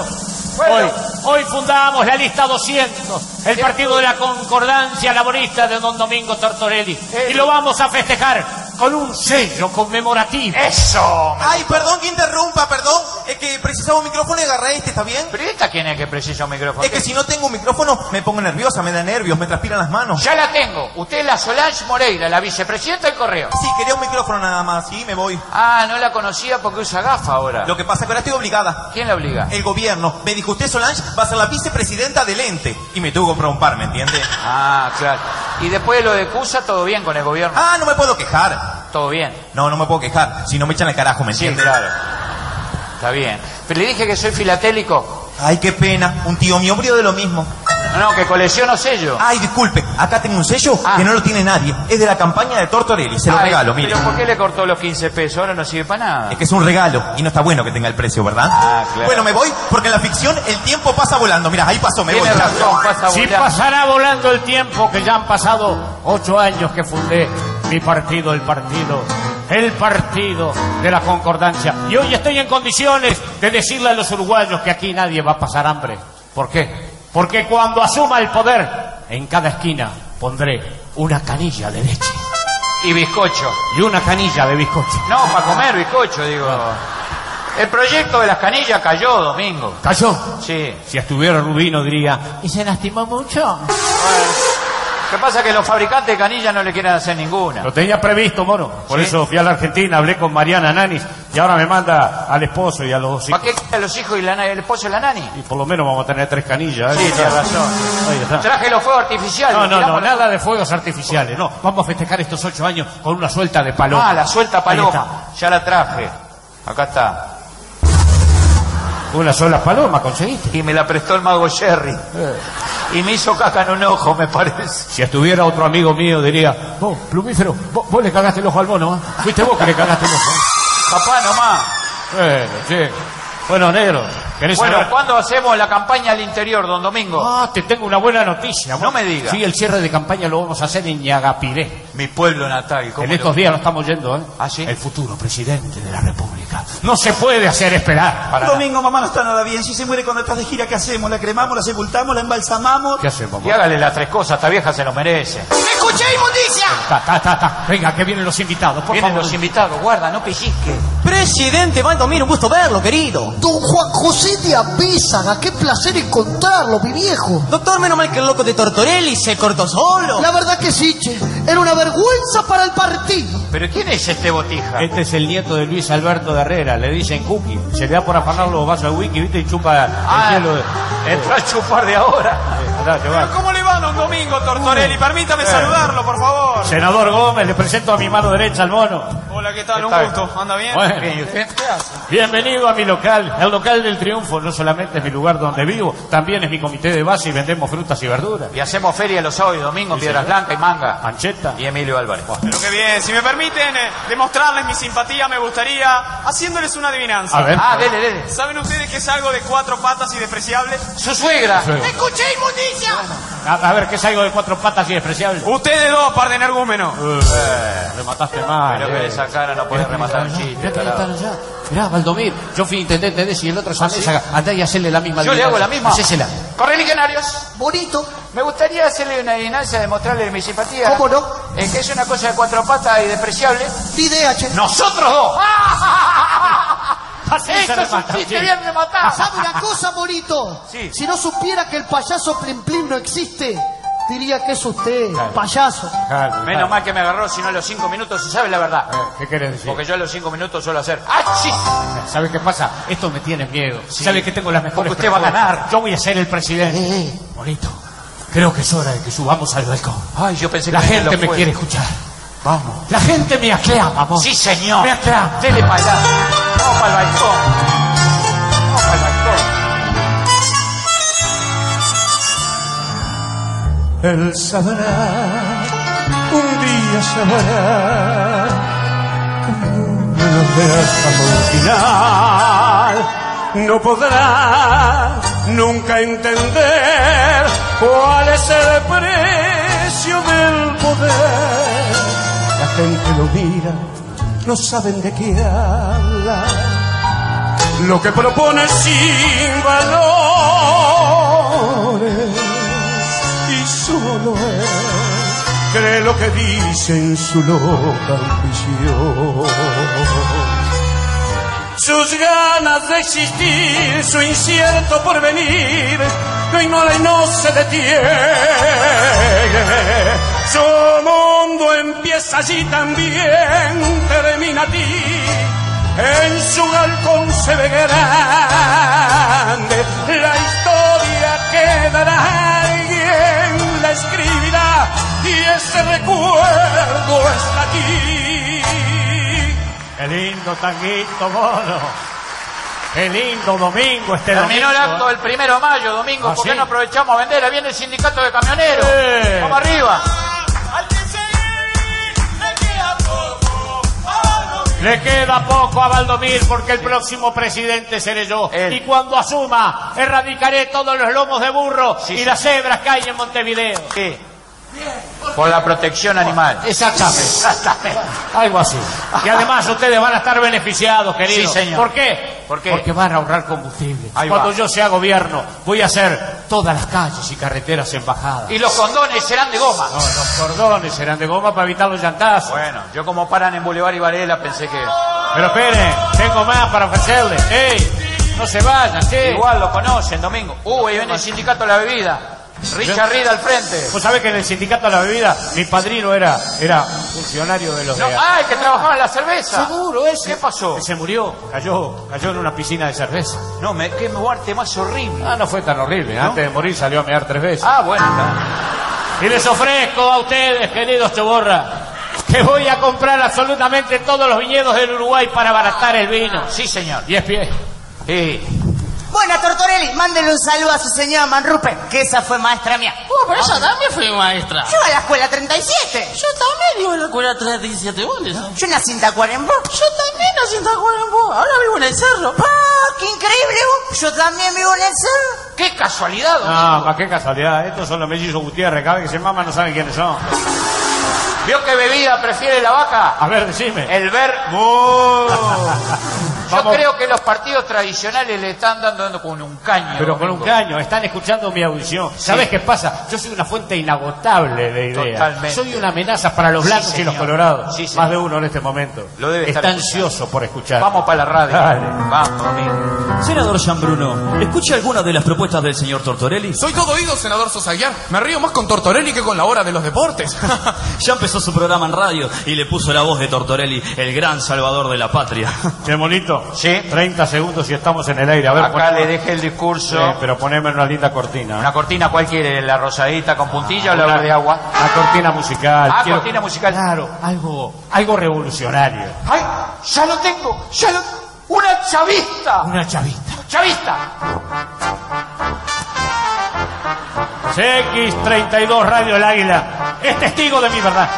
hoy, hoy fundamos la lista 200, el Partido de la Concordancia Laborista de Don Domingo Tortorelli, y lo vamos a festejar con un sello conmemorativo.
¡Eso!
Ay, perdón que interrumpa, perdón. Es que precisaba un micrófono y agarré este, ¿está bien?
¿Pero esta quién es que precisa un micrófono?
Es que si no tengo un micrófono me pongo nerviosa, me da nervios, me transpiran las manos.
Ya la tengo. Usted es la Solange Moreira, la vicepresidenta del correo.
Sí, quería un micrófono nada más, sí, me voy.
Ah, no la conocía porque usa gafa ahora.
Lo que pasa es que ahora estoy obligada.
¿Quién la obliga?
El gobierno. Me dijo, usted Solange va a ser la vicepresidenta del ente. Y me tuvo que preocupar, ¿me entiende?
Ah, claro. Y después de lo de Cusa, todo bien con el gobierno.
Ah, no me puedo quejar.
Todo bien.
No, no me puedo quejar. Si no me echan el carajo, ¿me
Sí,
entiende?
claro. Está bien. Pero le dije que soy filatélico.
Ay, qué pena. Un tío mío murió de lo mismo.
No, que colecciono sellos.
Ay, disculpe. Acá tengo un sello que no lo tiene nadie. Es de la campaña de Tortorelli. Se lo
Ah. Ay,
regalo, mire.
Ah, Pero ¿por qué le cortó los 15 pesos? Ahora no sirve para nada.
Es que es un regalo y no está bueno que tenga el precio, ¿verdad?
Ah, claro.
Bueno, me voy porque en la ficción el tiempo pasa volando. Mira, ahí pasó, me
Tiene
voy. chao.
razón, pasa
Si
volando.
pasará volando el tiempo que ya han pasado ocho años que fundé mi partido, el partido, el partido de la concordancia. Y hoy estoy en condiciones de decirle a los uruguayos que aquí nadie va a pasar hambre. ¿Por qué? Porque cuando asuma el poder, en cada esquina pondré una canilla de leche
Y bizcocho.
y una canilla de bizcocho.
No, para comer bizcocho, digo. El proyecto de las canillas cayó, Domingo.
¿Cayó?
Sí.
Si estuviera Rubino diría, ¿y se lastimó mucho?
Lo que pasa es que los fabricantes de canillas no le quieren hacer ninguna.
Lo tenía previsto, mono. Por
¿Sí?
eso fui a la Argentina, hablé con Mariana Nanis y ahora me manda al esposo y a los hijos.
¿Para qué quieren los hijos y la, na- el esposo y la nani?
Y por lo menos vamos a tener tres canillas. ¿eh?
Sí, tiene razón.
Ahí está.
Traje los fuegos artificiales.
No, no, no,
tiramos la-
nada de fuegos artificiales, no. Vamos a festejar estos ocho años con una suelta de paloma.
Ah, la suelta
Ahí
paloma.
está.
Ya la traje. Acá está.
Una sola paloma conseguiste.
Y me la prestó el mago Sherry. Y me hizo caca en un ojo, me parece.
Si estuviera otro amigo mío diría, vos, plumífero, vos, vos le cagaste el ojo al mono, ¿ah? Fuiste vos que le cagaste el ojo. ¿eh?
Papá nomás.
Bueno, che. Bueno, negro, ¿querés
Bueno,
saber?
¿cuándo hacemos la campaña al interior, don Domingo?
Ah, te tengo una buena noticia.
No me diga.
Sí, el cierre de campaña lo vamos a hacer en Ñagapiré.
Mi pueblo natal. ¿cómo
En
lo- Ah,
estos días lo estamos yendo, ¿eh? El futuro presidente de la República. No se puede hacer esperar. Para nada.
Domingo, mamá no está nada bien. Si se muere cuando estás de gira, ¿qué hacemos? ¿La cremamos, la sepultamos, la embalsamamos?
¿Qué hacemos?
Y hágale las tres cosas, esta vieja se lo merece.
¡Escuché inmundicia!
Ta, ta, ta, ta. Venga, que vienen los invitados, por
Vienen
favor.
los invitados, guarda, no pellizque.
Presidente Valdomiro, un gusto verlo, querido.
Don Juan José de Apésaga, qué placer encontrarlo, mi viejo.
Doctor, menos mal que el loco de Tortorelli se cortó solo.
La verdad que sí, che. Era una vergüenza para el partido.
¿Pero quién es este botija?
Este es el nieto de Luis Alberto de Herrera, le dicen Cookie. Se le da por afanar los vasos de wiki, ¿viste? Y chupa el
Ah,
hielo de...
Entró a chupar de ahora.
Eh, andá, te vas.
¿Cómo le va, don Domingo Tortorelli? Permítame saludarlo, por favor.
Senador Gómez, le presento a mi mano derecha al mono.
Hola, ¿qué tal? Un
tal?
gusto. ¿Anda bien?
Bueno. Bien, ¿y usted? Bienvenido a mi local, el local del triunfo. No solamente es mi lugar donde vivo, también es mi comité de base y vendemos frutas y verduras.
Y hacemos feria los sábados y domingos, Piedras Blancas y Manga.
Ancheta.
Y Emilio Álvarez.
Pero qué bien. Si me permiten eh, demostrarles mi simpatía, me gustaría haciéndoles una adivinanza.
A ver. Ah,
dele, dele.
¿Saben ustedes que es algo de cuatro patas y despreciable?
¡Su suegra!
Su suegra.
¡Escuché inmundicia!
A, a ver, ¿qué es algo de cuatro patas y despreciable?
Uh.
Ustedes dos, par de energúmenos.
Eh, remataste mal. eh.
Pero que esa cara no puede rematar un chiste. tarado. ¿Ah,
Mirá, Valdomir, yo fui intendente de ese y el otro es Amésaga. Andá y hacerle la misma.
Yo le hago la misma.
Hacésela.
Correligionarios,
Bonito.
me gustaría hacerle una adivinanza de mostrarle mi simpatía.
¿Cómo no?
Eh, que es una cosa de cuatro patas y despreciable.
Ni idea, che.
¡Nosotros dos!
Así se
¡Esto es un
remata,
chiste
sí.
bien rematado!
¿Sabe una cosa, Morito?
Sí.
Si no supiera que el payaso Plim Plim no existe, diría que es usted, payaso.
Claro, claro.
Menos mal que me agarró, si no a los cinco minutos se sabe la verdad.
¿Qué querés decir?
Porque yo a los cinco minutos suelo hacer... ¡Achis!
¿Sabes qué pasa? Esto me tiene miedo. ¿Sabes que tengo las mejores
Porque usted va a
personas?
ganar.
Yo voy a ser el presidente.
Eh, eh.
Bonito. Creo que es hora de que subamos al balcón.
Ay, yo pensé
La
que
gente
los
me
jueces.
quiere escuchar. Vamos. La gente me aclama, amor.
Sí, señor.
Me aclama.
Dele para allá. Vamos para el balcón. Vamos para el balcón.
Él sabrá, un día sabrá, que no deja final. No podrá nunca entender cuál es el precio del poder. La gente lo mira, no saben de qué habla. Lo que propone sin valores y solo él cree lo que dice en su loca ambición. Sus ganas de existir, su incierto porvenir, lo ignora y no se detiene. Su mundo empieza allí también, termina a ti. En su balcón se ve grande la historia quedará, alguien la escribirá y ese recuerdo está aquí.
Qué lindo tanguito, mono. Qué lindo domingo este
Terminó el
domingo,
acto
¿eh?
el primero de mayo, domingo.
¿Ah,
¿Por qué
sí?
no aprovechamos a vender? Ahí Viene el sindicato de camioneros.
Eh.
Vamos arriba.
Le queda poco a Valdomir porque el próximo presidente seré yo.
Él.
Y cuando asuma, erradicaré todos los lomos de burro
Sí,
y
sí.
las cebras que hay en Montevideo.
Sí. Por la protección animal.
Exactamente.
Exactamente.
Algo así. Y además ustedes van a estar beneficiados, queridos.
Sí, señor.
¿Por qué?
¿Por qué?
Porque van a ahorrar combustible.
Ahí
Cuando
va.
yo sea gobierno, voy a hacer todas las calles y carreteras embajadas.
Y los condones serán de goma.
No, los cordones serán de goma para evitar los llantazos.
Bueno, yo como paran en Boulevard y Varela pensé que...
Pero esperen, tengo más para ofrecerles. ¡Ey! No se vayan, che.
Igual lo conocen, domingo. Uh, ahí viene el sindicato de la bebida. Richard Reed al frente.
Vos sabés que en el sindicato de la bebida mi padrino era, era un funcionario de los
No, ah,
de-
¡Ay, que trabajaba en la cerveza!
Seguro, ese.
¿Qué pasó?
que se murió, cayó, cayó en una piscina de cerveza.
No, me, qué muerte más horrible.
Ah, no fue tan horrible. Antes de morir salió a mear tres veces.
Ah, bueno. está.
Y les ofrezco a ustedes, queridos choborra, que voy a comprar absolutamente todos los viñedos del Uruguay para abaratar el vino.
Sí, señor.
Y es pie.
Sí.
Buena, Tortorelli, mándele un saludo a su señora Manrupe, que esa fue maestra mía.
Uh, pero ella también fue maestra.
Yo a la escuela 37.
Yo también iba a la escuela 37 boles.
Yo nací en Tacuarembó.
Yo también nací en Tacuarembó. Ahora vivo en el cerro.
¡Pa! ¡Qué increíble! vos. Yo también vivo en el cerro.
¡Qué casualidad! don
No, pa' qué casualidad. Estos son los mellizos Gutiérrez. Cada vez que se maman no saben quiénes son.
¿Vio qué bebida prefiere la vaca? Eh,
A ver, decime.
El verbo. Yo creo que los partidos tradicionales le están dando con un caño.
Pero con un
Domingo.
caño, están escuchando mi audición. ¿Sabes qué pasa? Yo soy una fuente inagotable de ideas.
Totalmente.
Soy una amenaza para los
Sí,
blancos y los
señor.
colorados.
Sí,
Más de uno en este momento.
Lo debe
Está
estar
ansioso por escuchar.
Vamos para la radio.
Dale.
Vamos, amigo.
Senador Gianbruno, ¿escucha alguna de las propuestas del señor Tortorelli?
Soy todo oído, senador Sosaguiar. Me río más con Tortorelli que con la hora de los deportes.
Ya empezó su programa en radio y le puso la voz de Tortorelli, el gran salvador de la patria.
Che, bonito. Sí. 30 segundos y estamos en el aire. A ver,
Ah,
Acá
poneme-
le dejé
el discurso.
Sí, pero poneme una linda cortina.
¿Una cortina cuál quiere? ¿La rosadita con puntilla o la
Una-
verde agua?
Una cortina musical.
Ah,
Quiero-
cortina musical.
Claro, algo, algo revolucionario.
¡Ay! ¡Ya lo tengo! ¡Ya lo... ¡Una chavista!
Una chavista.
¡Chavista!
CX32 Radio El Águila es testigo de mi verdad.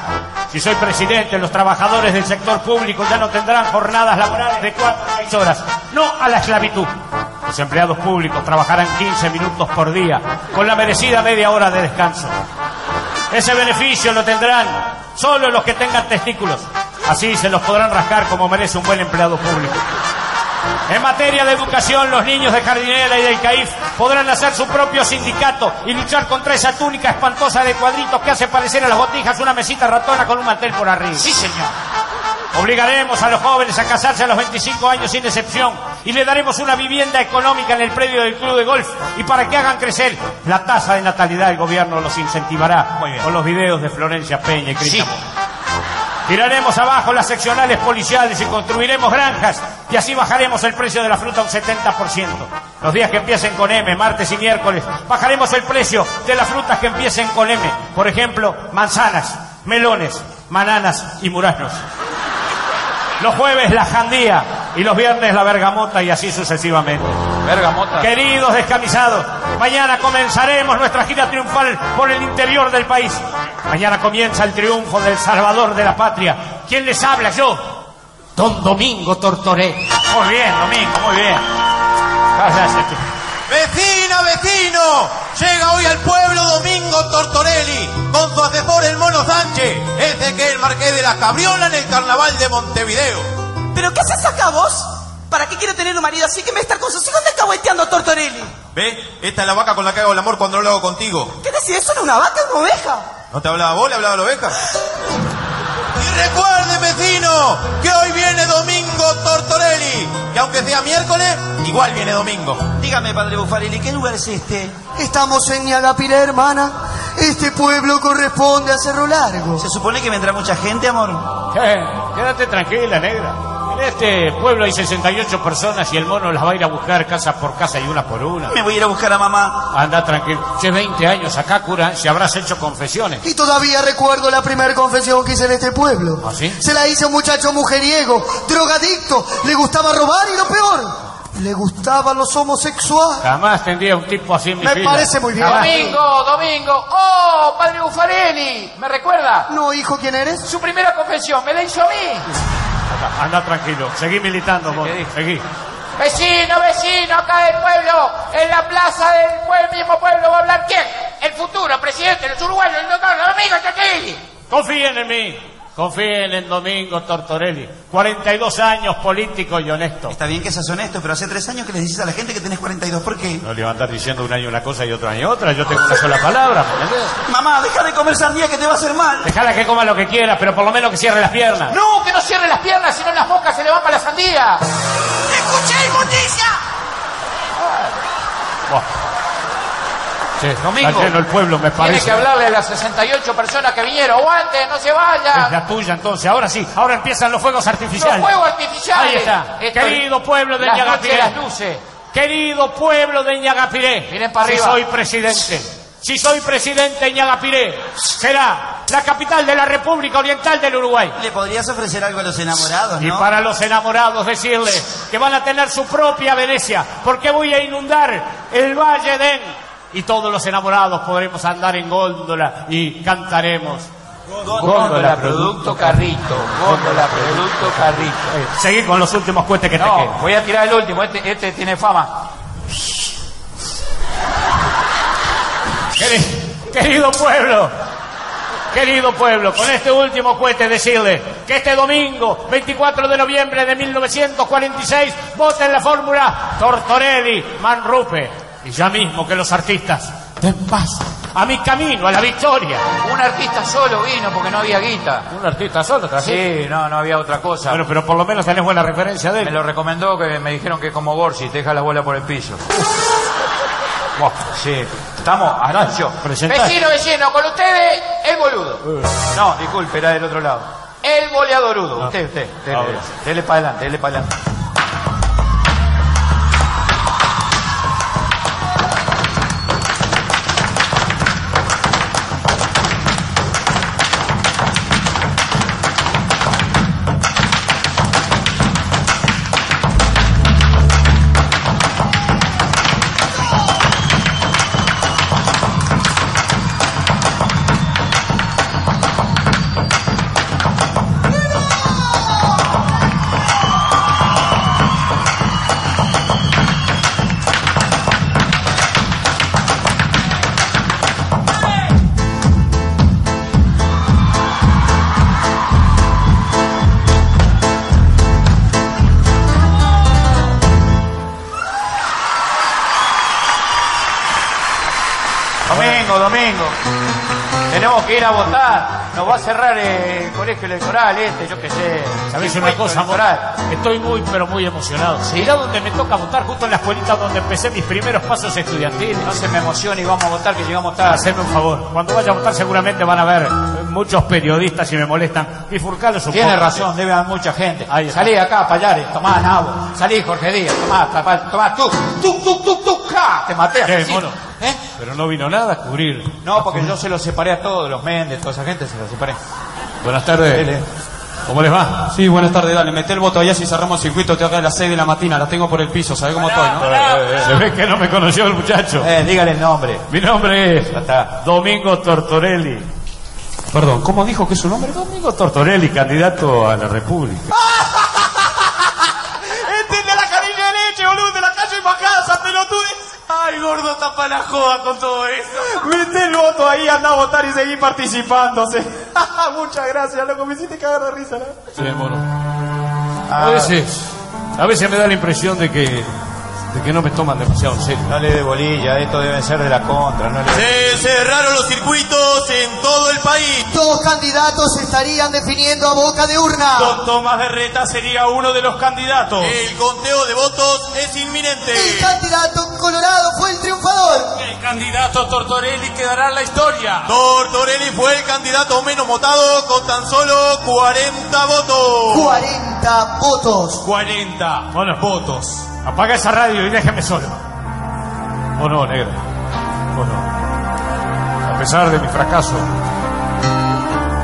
Si soy presidente, los trabajadores del sector público ya no tendrán jornadas laborales de 4 a 6 horas. No a la esclavitud. Los empleados públicos trabajarán 15 minutos por día, con la merecida media hora de descanso. Ese beneficio lo tendrán solo los que tengan testículos. Así se los podrán rascar como merece un buen empleado público. En materia de educación, los niños de Jardinera y del CAIF podrán hacer su propio sindicato y luchar contra esa túnica espantosa de cuadritos que hace parecer a las botijas una mesita ratona con un mantel por arriba. Sí,
señor.
Obligaremos a los jóvenes a casarse a los 25 años sin excepción y le daremos una vivienda económica en el predio del club de golf y para que hagan crecer la tasa de natalidad el gobierno los incentivará con los videos de Florencia Peña y Cristian Bosch. Tiraremos abajo las seccionales policiales y construiremos granjas y así bajaremos el precio de la fruta un 70%. Los días que empiecen con M, martes y miércoles, bajaremos el precio de las frutas que empiecen con M. Por ejemplo, manzanas, melones, bananas y muraznos. Los jueves la jandía y los viernes la bergamota y así sucesivamente.
Bergamota.
Queridos descamisados, mañana comenzaremos nuestra gira triunfal por el interior del país. Mañana comienza el triunfo del Salvador de la Patria. ¿Quién les habla? Yo, Don Domingo Tortoré. Muy bien, Domingo, muy bien. Cállate.
¡Vecina, vecino! Llega hoy al pueblo Domingo Tortorelli con su asesor el Mono Sánchez, ese que es el marqués de la Cabriola en el carnaval de Montevideo.
¿Pero qué haces acá vos? ¿Para qué quiero tener un marido así que me estar con sus hijos descahueteando Tortorelli?
¿Ve? Esta es la vaca con la que hago el amor cuando no lo hago contigo.
¿Qué decís? ¿Eso no es una vaca, es una oveja?
¿No te hablaba vos, le hablaba a la oveja? Y recuerde, vecino, que hoy viene Domingo Tortorelli. Y aunque sea miércoles, igual viene domingo.
Dígame, padre Bufarelli, ¿qué lugar es este?
Estamos en Ñalapiré, hermana. Este pueblo corresponde a Cerro Largo.
Se supone que vendrá mucha gente, amor.
Eh, quédate tranquila, negra. En este pueblo hay 68 personas y el mono las va a ir a buscar casa por casa y una por una.
Me voy a ir a buscar a mamá.
Anda tranquilo. Che, 20 años acá, cura, si habrás hecho confesiones.
Y todavía recuerdo la primera confesión que hice en este pueblo.
¿Ah, sí?
Se la hice a un muchacho mujeriego, drogadicto, le gustaba robar y lo peor, le gustaban los homosexuales.
Jamás tendría un tipo así en mi
Me
fila.
parece muy bien.
Jamás.
Domingo, domingo. ¡Oh, padre Bufarelli! ¿Me recuerda?
No, hijo, ¿quién eres?
Su primera confesión, me la hizo a mí.
Anda, anda tranquilo. Seguí militando, mono. Seguí.
Vecino, vecino, acá del pueblo, en la plaza del pue- mismo pueblo va a hablar quién? El futuro presidente de los uruguayos, el doctor Domingo Chaquilli.
Confíen en mí. Confíen en Domingo Tortorelli. 42 años político y honesto.
Está bien que seas honesto, pero hace tres años que les dices a la gente que tenés 42. ¿Por qué?
No le van a estar diciendo un año una cosa y otro año otra. Yo tengo una sola palabra. ¿me entendés?
Mamá, deja de comer sandía que te va a hacer mal.
Dejala que coma lo que quiera, pero por lo menos que cierre las piernas.
No, que no cierre las piernas, sino las moscas se le van para la sandía.
¡Escuché inmundicia!
Buah. Che,
Domingo.
Está lleno el pueblo, me
Tiene
parece.
que hablarle a las 68 personas que vinieron. ¡Aguante, no se
Es
vayan!
la tuya entonces, ahora sí, ahora empiezan los fuegos artificiales.
Los fuegos artificiales.
Ahí está,
Esto es-
querido pueblo de
Las
Ñagapiré.
noches, las luces.
Querido pueblo de Ñagapiré.
Miren para
si
arriba.
soy presidente, si soy presidente de Ñagapiré, será la capital de la República Oriental del Uruguay.
Le podrías ofrecer algo a los enamorados,
Y
¿no?
para los enamorados decirles que van a tener su propia Venecia, porque voy a inundar el Valle Den y todos los enamorados podremos andar en góndola y cantaremos.
Góndola, producto, carrito. Góndola, producto, carrito.
Seguí con los últimos cuestes Este que te
No,
quedan.
voy a tirar el último. Este, este tiene fama.
Queri- Querido pueblo, querido pueblo, con este último cohete decirle que este domingo, 24 de noviembre de 1946, voten la fórmula Tortorelli, Manrupe. Y ya mismo que los artistas den paso a mi camino, a la victoria.
Un artista solo vino porque no había guita.
Un artista solo,
Sí, no, no había otra cosa.
Bueno, pero por lo menos tenés buena referencia de
Me
él.
lo recomendó, que me dijeron que es como Borsi, te deja la bola por el piso. Buah, sí, estamos, anuncio.
Ah, Presentá.
Vecino, vecino, con ustedes el boludo.
Eh. No, disculpe, era del otro lado. El boleadorudo. Usted, usted, dele,
Ahora.
dele para adelante, dele para adelante. Domingo, domingo. Tenemos que ir a votar. Nos va a cerrar eh, el colegio electoral este, yo qué sé.
¿Sabés
Sí,
una
colegio
cosa, amor?
electoral.
Estoy muy, pero muy emocionado. Mirá donde me toca votar, justo en la escuelita donde empecé mis primeros pasos estudiantiles.
No se me emocione y vamos a votar que llegamos tarde.
Haceme un favor. Cuando vaya a votar seguramente van a ver eh, muchos periodistas si me molestan. Bifurcalos un
Tiene
poco.
razón, debe haber mucha gente.
Ahí está.
Salí acá, Payares, tomá Nabo, salí Jorge Díaz, tomá, tapá, tomá tú, tú, tú, tú, tú, ja, te maté.
Qué
asesino.
mono.
¿Eh?
Pero no vino nada a cubrir.
No, porque yo se los separé a todos, los Méndez, toda esa gente se los separé.
Buenas tardes.
Dele.
¿Cómo les va? Sí, buenas tardes, dale, mete el voto allá si cerramos el circuito, te haga a las 6 de la mañana, la tengo por el piso, ¿sabes cómo estoy, no?
Se ve que no me conoció el muchacho.
Eh, dígale el nombre.
Mi nombre es Domingo Tortorelli. Perdón, ¿cómo dijo que es su nombre? Domingo Tortorelli, candidato a la República.
¡Entiende la carilla de leche, boludo! ¡De la calle Majasa, pelotudes! ¡Ay, gordo, tapa la joda con todo eso!
Mete el voto ahí, anda a votar y seguí participándose.
Muchas gracias, loco, me hiciste cagar de risa, ¿no?
Sí, mono. A veces, a veces me da la impresión de que, de que no me toman demasiado en serio.
No le dé bolilla, esto debe ser de la contra, no le
Se cerraron los circuitos en todo el país.
Dos candidatos se estarían definiendo a boca de urna.
Don Tomás Berreta sería uno de los candidatos. El conteo de votos es inminente.
El candidato colorado fue el triunfador.
El candidato Tortorelli quedará en la historia. Tortorelli fue el candidato menos votado con tan solo 40
Oh.
votos.
40 votos.
40 votos.
Apaga esa radio y déjeme solo. O no, negra. O no. A pesar de mi fracaso,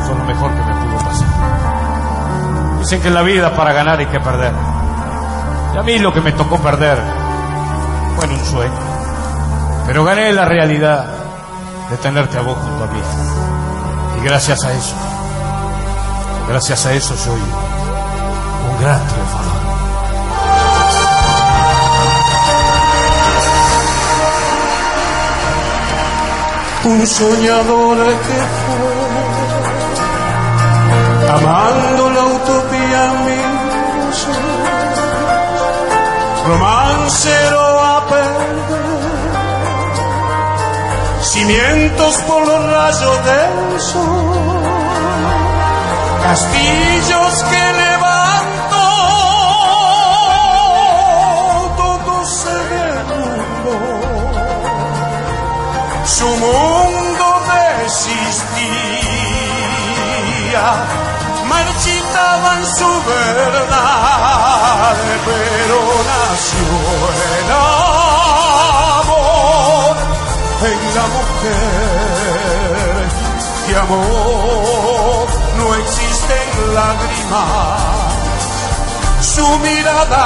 son lo mejor que me pudo pasar. Dicen que en la vida para ganar hay que perder. Y a mí lo que me tocó perder fue en un sueño. Pero gané la realidad de tenerte a vos junto a mí. Y gracias a eso, gracias a eso soy un gran triunfador.
un soñador que fue, amando la utopía mil romancero a perder, cimientos por los rayos del sol, castillos que levantó, todo se derrumbó su mundo desistía, marchitaba en su verdad, pero nació el amor en la mujer
de amor no existen lágrimas. Su mirada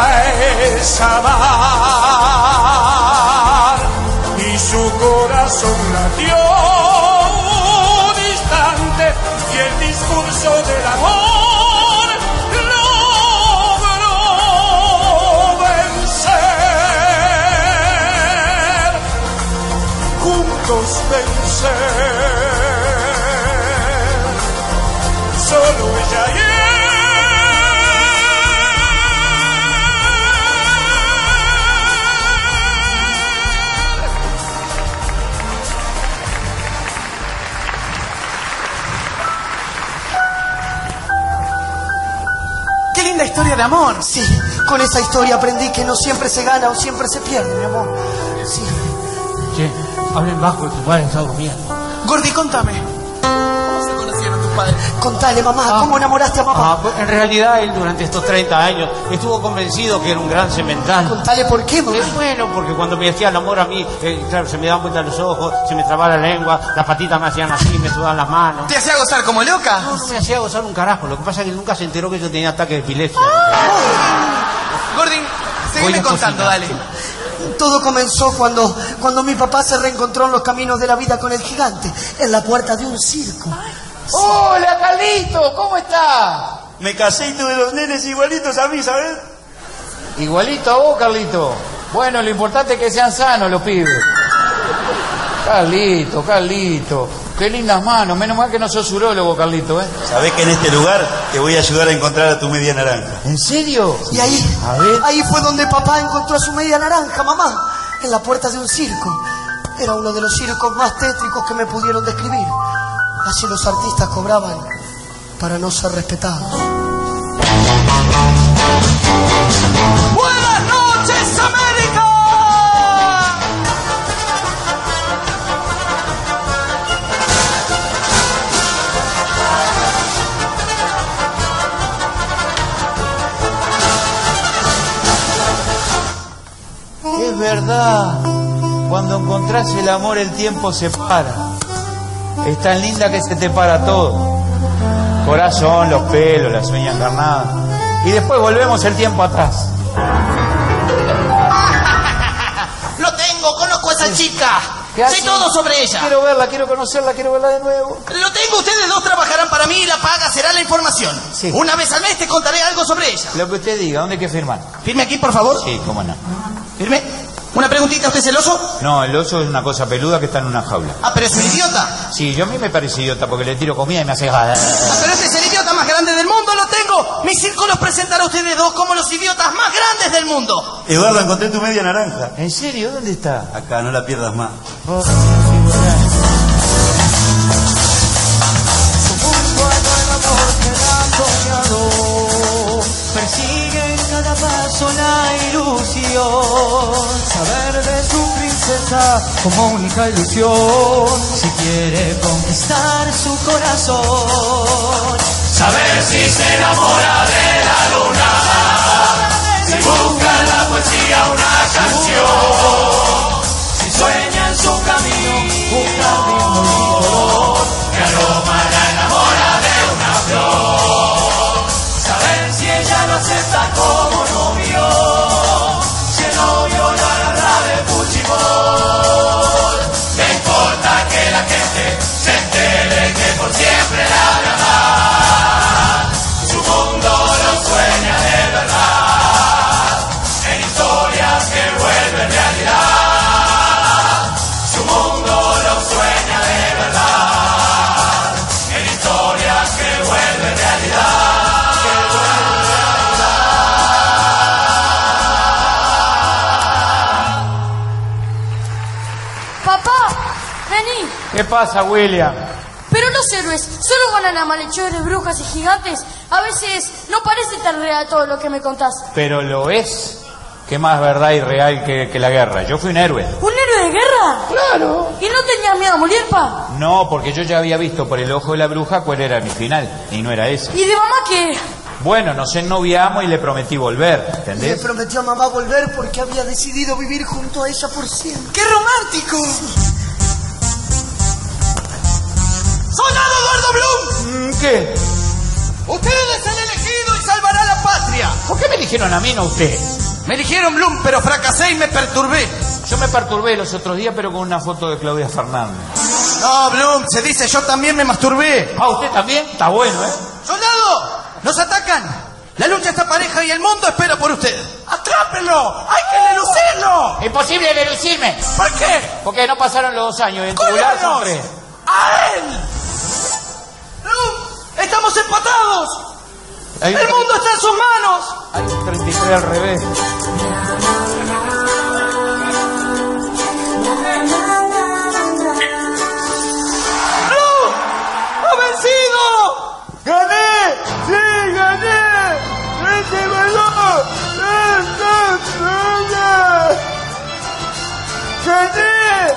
es amar y su corazón latió distante y el discurso del amor logró vencer juntos vencer. Solo ella y
¡Qué linda historia de amor! Sí, con esa historia aprendí que no siempre se gana o siempre se pierde, mi amor. Sí.
Che, hablen bajo, tu padre está durmiendo.
Gordi, contame. ¿Cómo se conocieron tus padres? Contale, mamá, ¿cómo enamoraste a papá?
Ah, pues, en realidad él durante estos 30 años estuvo convencido que era un gran cemental.
Contale por qué, mamá.
Eh.
bueno, porque cuando me decía el amor a mí, eh, claro, se me daban vuelta los ojos, se me trababa la lengua, las patitas me hacían así, me sudaban las manos.
¿Te hacía gozar como loca?
No, no me hacía gozar un carajo. Lo que pasa es que nunca se enteró que yo tenía ataque de epilepsia.
Gordon,
Voy
seguime
a
contando,
cocinar.
dale.
Todo comenzó cuando, cuando mi papá se reencontró en los caminos de la vida con el gigante, en la puerta de un circo.
¡Hola, Carlito! ¿Cómo estás?
Me casé y tuve dos nenes igualitos a mí, ¿sabes?
Igualito a vos, Carlito. Bueno, lo importante es que sean sanos los pibes. Carlito, Carlito. Qué lindas manos. Menos mal que no sos urólogo, Carlito, ¿eh?
Sabés que en este lugar te voy a ayudar a encontrar a tu media naranja.
¿En serio?
Y ahí, ahí fue donde papá encontró a su media naranja, mamá, en la puerta de un circo. Era uno de los circos más tétricos que me pudieron describir. Así los artistas cobraban para no ser respetados.
¡Buenas noches, América!
Es verdad, cuando encontrás el amor el tiempo se para. Es tan linda que se te para todo. Corazón, los pelos, las uñas carnadas. Y después volvemos el tiempo atrás.
¡Lo tengo! ¡Conozco a esa Pues, chica!
¿Qué hace?
¡Sé todo sobre ella!
Quiero verla, quiero conocerla, quiero verla de nuevo.
Lo tengo, ustedes dos trabajarán para mí y la paga será la información. Una vez al mes te contaré algo sobre ella.
Lo que usted diga, ¿dónde hay que firmar?
¿Firme aquí, por favor?
Sí, cómo no.
¿Firme? ¿Una preguntita? ¿Usted es celoso?
No, el oso es una cosa peluda que está en una jaula.
Ah, pero es un idiota.
Sí, yo a mí me parece idiota porque le tiro comida y me hace...
Ah, pero este es el idiota más grande del mundo, lo tengo. Mi circo los presentará a ustedes dos como los idiotas más grandes del mundo.
Eduardo, encontré tu media naranja.
¿En serio? ¿Dónde está?
Acá, no la pierdas más.
Busco el nuevo amor que da soñado. Persigue en cada paso la ilusión. Saber de su princesa como única ilusión. Si quiere conquistar su corazón.
Saber si se enamora de la luna, si busca en la poesía una canción, si sueña en su camino un jardín que aroma la enamora de una flor. Saber si ella lo acepta como novio, si el novio la agarra de puchibol. No importa que la gente se entere que por siempre la habrá más. Su mundo lo sueña de verdad, en historias que vuelven realidad. Su mundo lo sueña de verdad, en historias que vuelven realidad. Que vuelven
Papá, vení.
¿Qué pasa, William?
Pero los héroes solo ganan a malhechores, brujas y gigantes. A veces no parece tan real todo lo que me contás.
Pero lo es. ¿Qué más verdad y real que, que la guerra? Yo fui un héroe.
¿Un héroe de guerra? Claro. ¿Y no tenías miedo a morir, pa?
No, porque yo ya había visto por el ojo de la bruja cuál era mi final, y no era ese.
¿Y de mamá qué?
Bueno, nos ennoviamos y le prometí volver,
Le
¿entendés?
prometió a mamá volver porque había decidido vivir junto a ella por siempre.
¡Qué romántico!
¡Soldado
qué?
Ustedes han elegido y salvará la patria.
¿Por qué me dijeron a mí, no a usted?
Me eligieron Bloom, pero fracasé y me perturbé.
Yo me perturbé los otros días, pero con una foto de Claudia Fernández.
No, Bloom, se dice, yo también me masturbé.
Ah, usted también. Está bueno, ¿eh?
¡Soldado! ¡Nos atacan! La lucha está pareja y el mundo espera por usted. ¡Atrápenlo! ¡Hay que delucirlo!
Imposible deducirme.
¿Por qué?
Porque no pasaron los dos años. y En tubular son
¡Cóbranos!
tres.
¡A él! ¡Bloom! ¡Estamos empatados!
Hay
¡El mundo está en sus manos!
Hay un 33 al revés.
¡Bloom! ¡Ha vencido!
¡Gané! ¡Sí, gané!
¡Este
¡Ese valor! ¡Esa estrella! ¡Gané!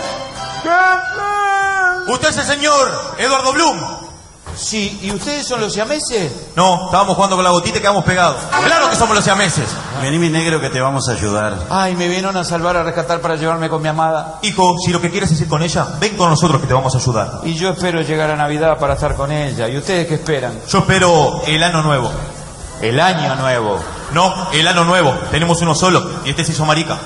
¡Gané!
Usted es el señor Eduardo Bloom.
Sí, ¿y ustedes son los siameses?
No, estábamos jugando con la gotita y quedamos pegados. Claro que somos los siameses.
Vení, mi negro, que te vamos a ayudar.
Ay, me vinieron a salvar, a rescatar para llevarme con mi amada.
Hijo, si lo que quieres es ir con ella, ven con nosotros que te vamos a ayudar.
Y yo espero llegar a Navidad para estar con ella. ¿Y ustedes qué esperan?
Yo espero el ano nuevo.
El año nuevo.
No, el ano nuevo. Tenemos uno solo y este se hizo marica.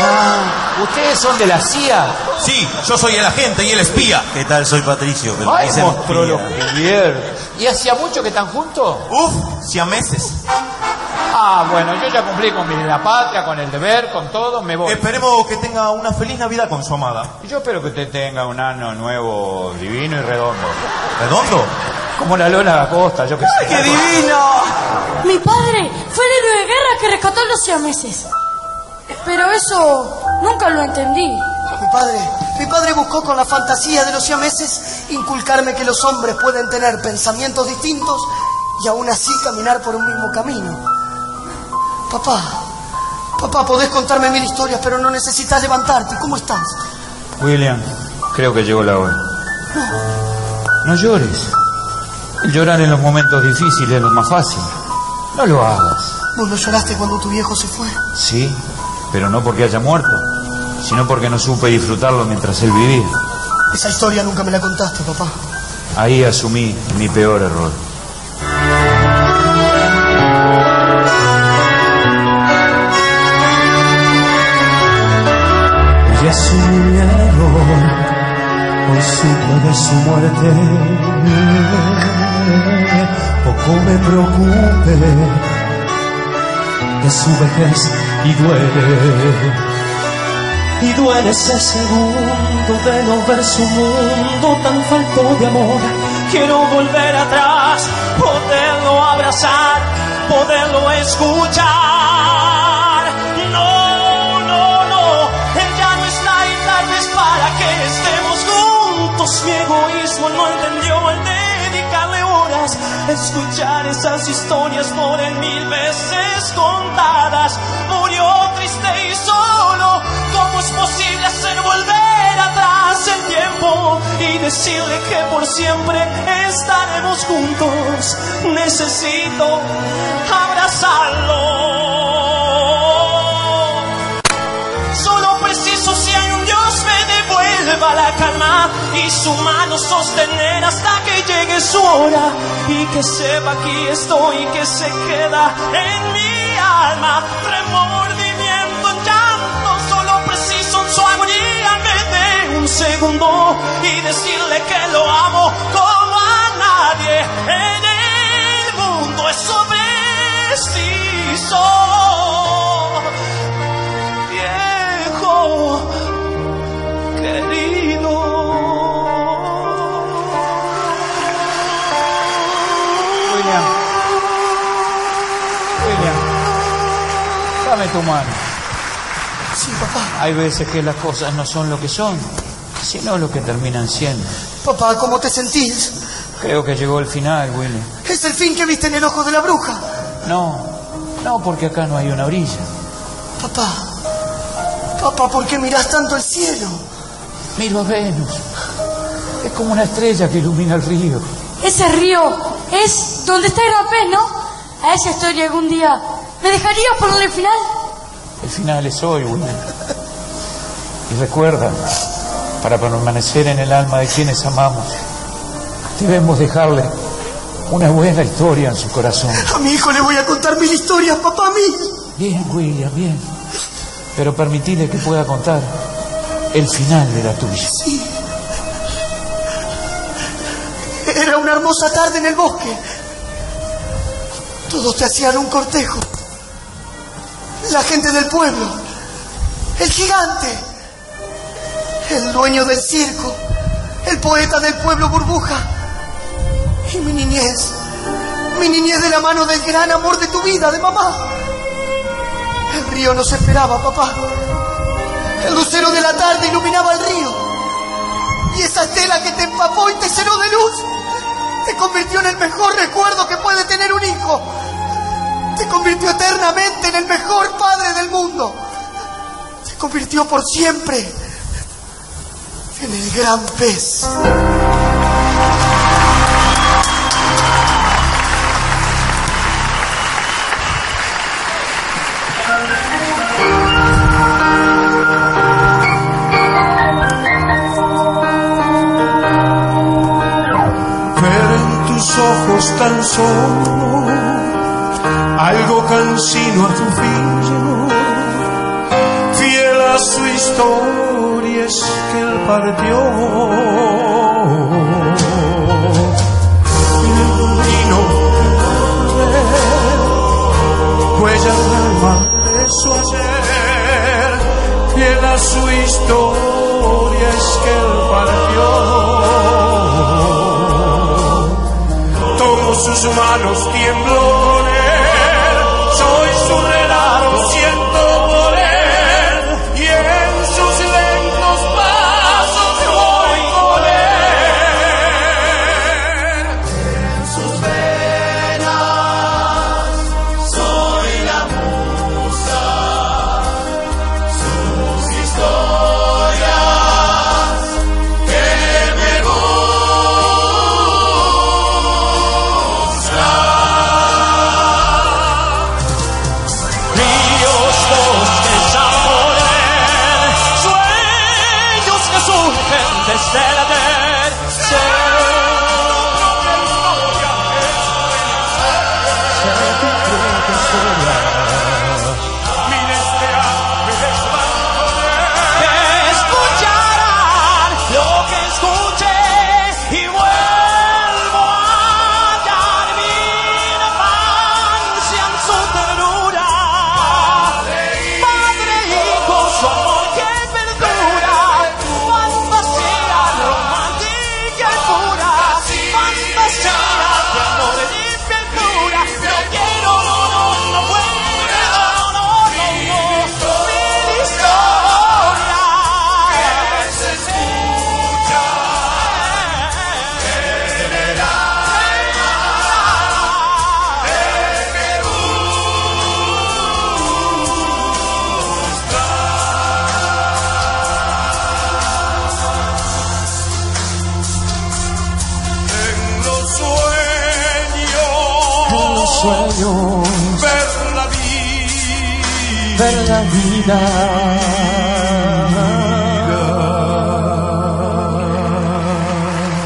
Ah, ¿ustedes son de la CIA?
Sí, yo soy el agente y el espía.
¿Qué tal? Soy Patricio. pero
Ay,
me dicen
mostró
espía.
los Javier. ¿Y hacía mucho que están juntos?
Uf, siameses.
Ah, bueno, yo ya cumplí con mi, la patria, con el deber, con todo, me
Em.
voy.
Esperemos que tenga una feliz Navidad con su amada.
Yo espero que usted tenga un año nuevo divino y redondo.
¿Redondo?
Como la lona de Acosta, yo que sé.
¡Qué divino!
Mi padre fue el héroe de guerra que rescató a los siameses. Pero eso nunca lo entendí.
Mi padre, mi padre buscó con la fantasía de los siameses inculcarme que los hombres pueden tener pensamientos distintos y aún así caminar por un mismo camino. Papá, papá, podés contarme mil historias, pero no necesitas levantarte. ¿Cómo estás?
William, creo que llegó la hora. No llores. El llorar en los momentos difíciles es lo más fácil. No lo hagas.
Vos no lloraste cuando tu viejo se fue.
Sí, pero no porque haya muerto, sino porque no supe disfrutarlo mientras él vivía.
Esa historia nunca me la contaste, papá.
Ahí asumí mi peor error.
Y asumieron hoy supo de su muerte. Poco me preocupe de su vejez y duele. Y duele ese segundo de no ver su mundo tan falto de amor. Quiero volver atrás, poderlo abrazar, poderlo escuchar. No, no, no, él ya no está y tal vez para que estemos juntos. Mi egoísmo no entendió el dedicarle horas, escuchar esas historias por él mil veces contadas. Murió triste y solo, ¿cómo es posible hacer volver atrás el tiempo y decirle que por siempre estaremos juntos? Necesito abrazarlo. Solo preciso si hay un Dios me devuelva la calma y su mano sostener hasta que llegue su hora y que sepa aquí estoy que se queda en mi alma remordimiento en llanto solo preciso en su agonía me dé un segundo y decirle que lo amo como a nadie en el mundo eso preciso viejo querido.
William. William. Dame tu mano.
Sí, papá.
Hay veces que las cosas no son lo que son, sino lo que terminan siendo.
Papá, ¿cómo te sentís?
Creo que llegó el final, William.
Es el fin que viste en el ojo de la bruja.
No, no, porque acá no hay una orilla.
Papá, papá, ¿por qué mirás tanto el cielo?
Miro a Venus. Es como una estrella que ilumina el río.
Ese río es donde está el rapé, ¿no? A esa historia algún día. ¿Me dejaría ponerle el final?
El final es hoy, William. Y recuerda, para permanecer en el alma de quienes amamos, debemos dejarle una buena historia en su corazón.
A mi hijo le voy a contar mil historias, papá, mil.
Bien, William, bien. Pero permitile que pueda contar el final de la tuya.
Era una hermosa tarde en el bosque. Todos te hacían un cortejo. La gente del pueblo. El gigante. El dueño del circo. El poeta del pueblo burbuja. Y mi niñez. Mi niñez de la mano del gran amor de tu vida, de mamá. El río nos esperaba, papá. El lucero de la tarde iluminaba el río. Y esa estela que te empapó y te llenó de luz te convirtió en el mejor recuerdo que puede tener un hijo. Te convirtió eternamente en el mejor padre del mundo. Te convirtió por siempre en el gran pez.
Ver en tus ojos tan solo algo cansino a tu fin, fiel a su historia es que él partió. Y no ver huella del pues alma de su ayer, fiel a su historia es que él partió. Tomo sus manos, tiemblo con él. Soy su relato, siento por él. Y en sus lentos pasos voy con él. En sus venas soy la musa. Sus historias que me gustan. Ríos, bosques a poder, sueños que surgen desde la tercera. Escucharán lo que escuché y vuelvo a hallar mi infancia en su ternura. Padre, hijo, su amor que perdura. Fantasía romántica y pura. Fantasía de amor y ternura. Yo quiero, no, no, no puedo, no, no, no. Mil historias. Que se escucha en el alma. En los sueños, en los sueños, ver la vida, ver la vida.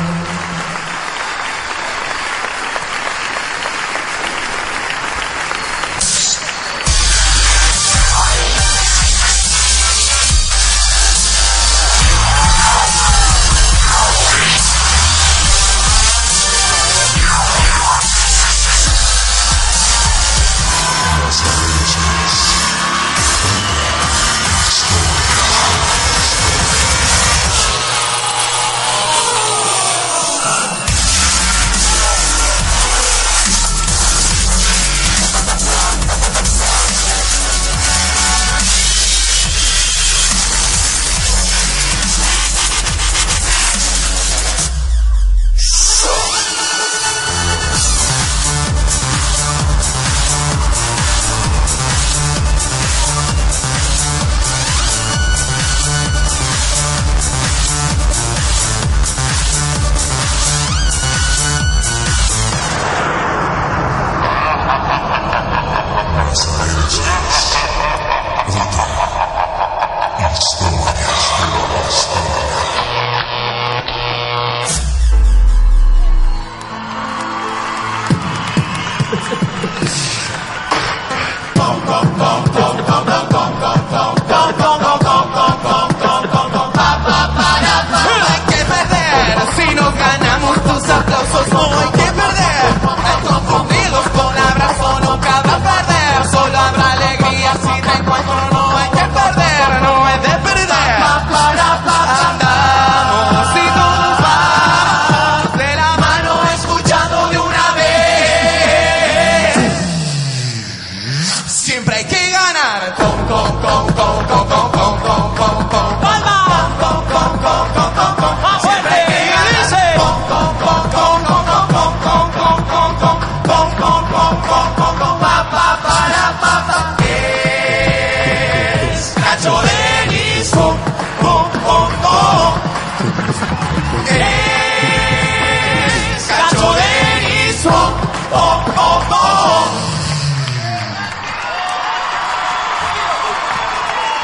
Es cacho de guiso. Oh, oh, oh.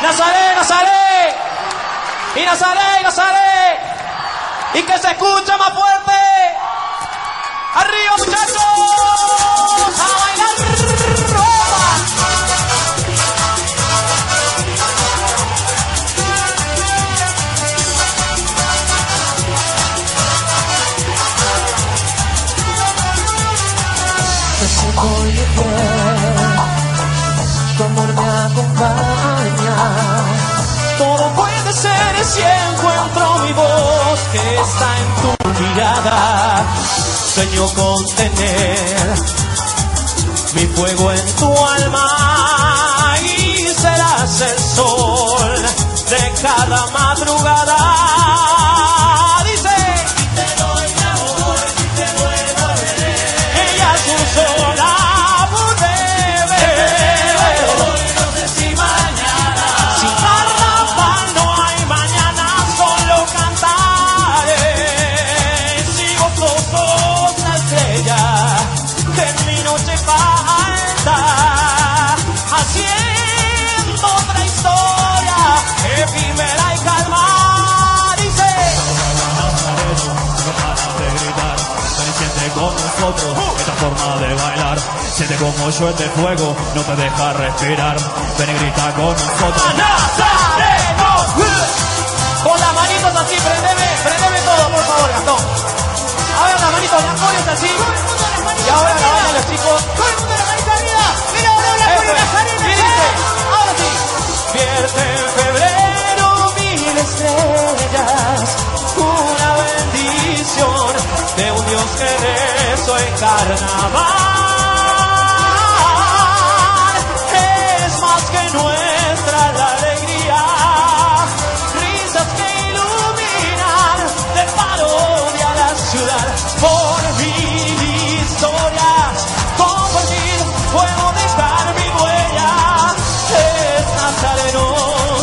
Nazaré, Nazaré. Y Nazaré, y Nazaré. Y que se escucha más fuerte. Arriba, muchachos. A bailar ropa.
Se tu amor me acompaña.
Todo puede ser si encuentro mi voz que está en tu mirada. Sueño con tener mi fuego en tu alma y serás el sol de cada madrugada. Dice, y te doy mi amor y te vuelvo a ver. Ella es un sol no sé si mañana. Sin carnaval no hay mañana, solo cantaré. Sigo como una estrella que en mi noche falta. Haciendo otra historia, efímera y calma.
Siente con nosotros esta forma de bailar. Siente como yo este fuego no te deja respirar. Ven y grita con nosotros.
Con las manitos así, prendeme, prendeme todo, por favor, Gastón. Ahora las manitos, las pones así. Y ahora la bailan los chicos. Todo el mundo las manitos arriba. Mira, ahora la ponen las Ahora sí. Vierte en febrero mil estrellas. Una bendición de un Dios que rezo en carnaval. Es más que nuestra la alegría risas que iluminan de parodia a la ciudad por mil historias compartir puedo dejar mi huella es nazarenos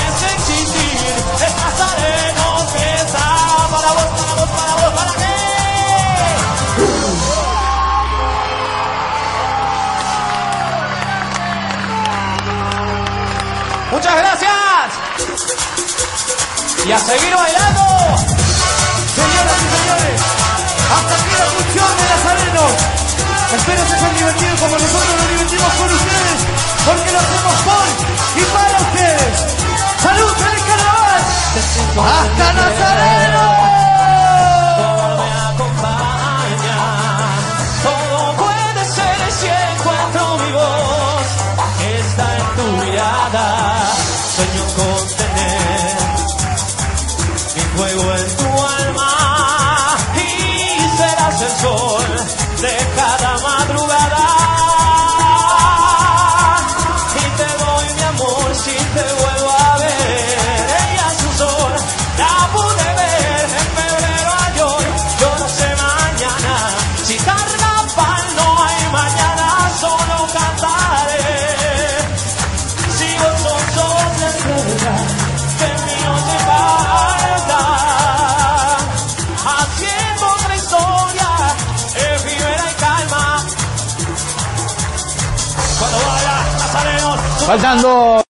es existir es nazarenos que está para vos para vos para vos para qué muchas gracias y a seguir bailando.
Señoras y señores, hasta aquí la función de Nazarenos. Espero se hayan divertido como nosotros nos divertimos con ustedes, porque lo hacemos por y para ustedes. ¡Salud, feliz carnaval! ¡Hasta Nazareno!
Todo puede ser si encuentro mi voz, está en tu mirada. Sueño con tener mi fuego en tu alma y serás el sol de cada madrugada. Y te doy mi amor si te vuelvo a ver. Ella es un sol, la pude ver en febrero ayer. Yo no sé mañana, si carnaval no hay mañana, solo cantaré. Sigo son son de estrella, que mi noche falta. Haciendo otra historia, efímera y calma. Cuando vaya, Nazarenos,
Faltando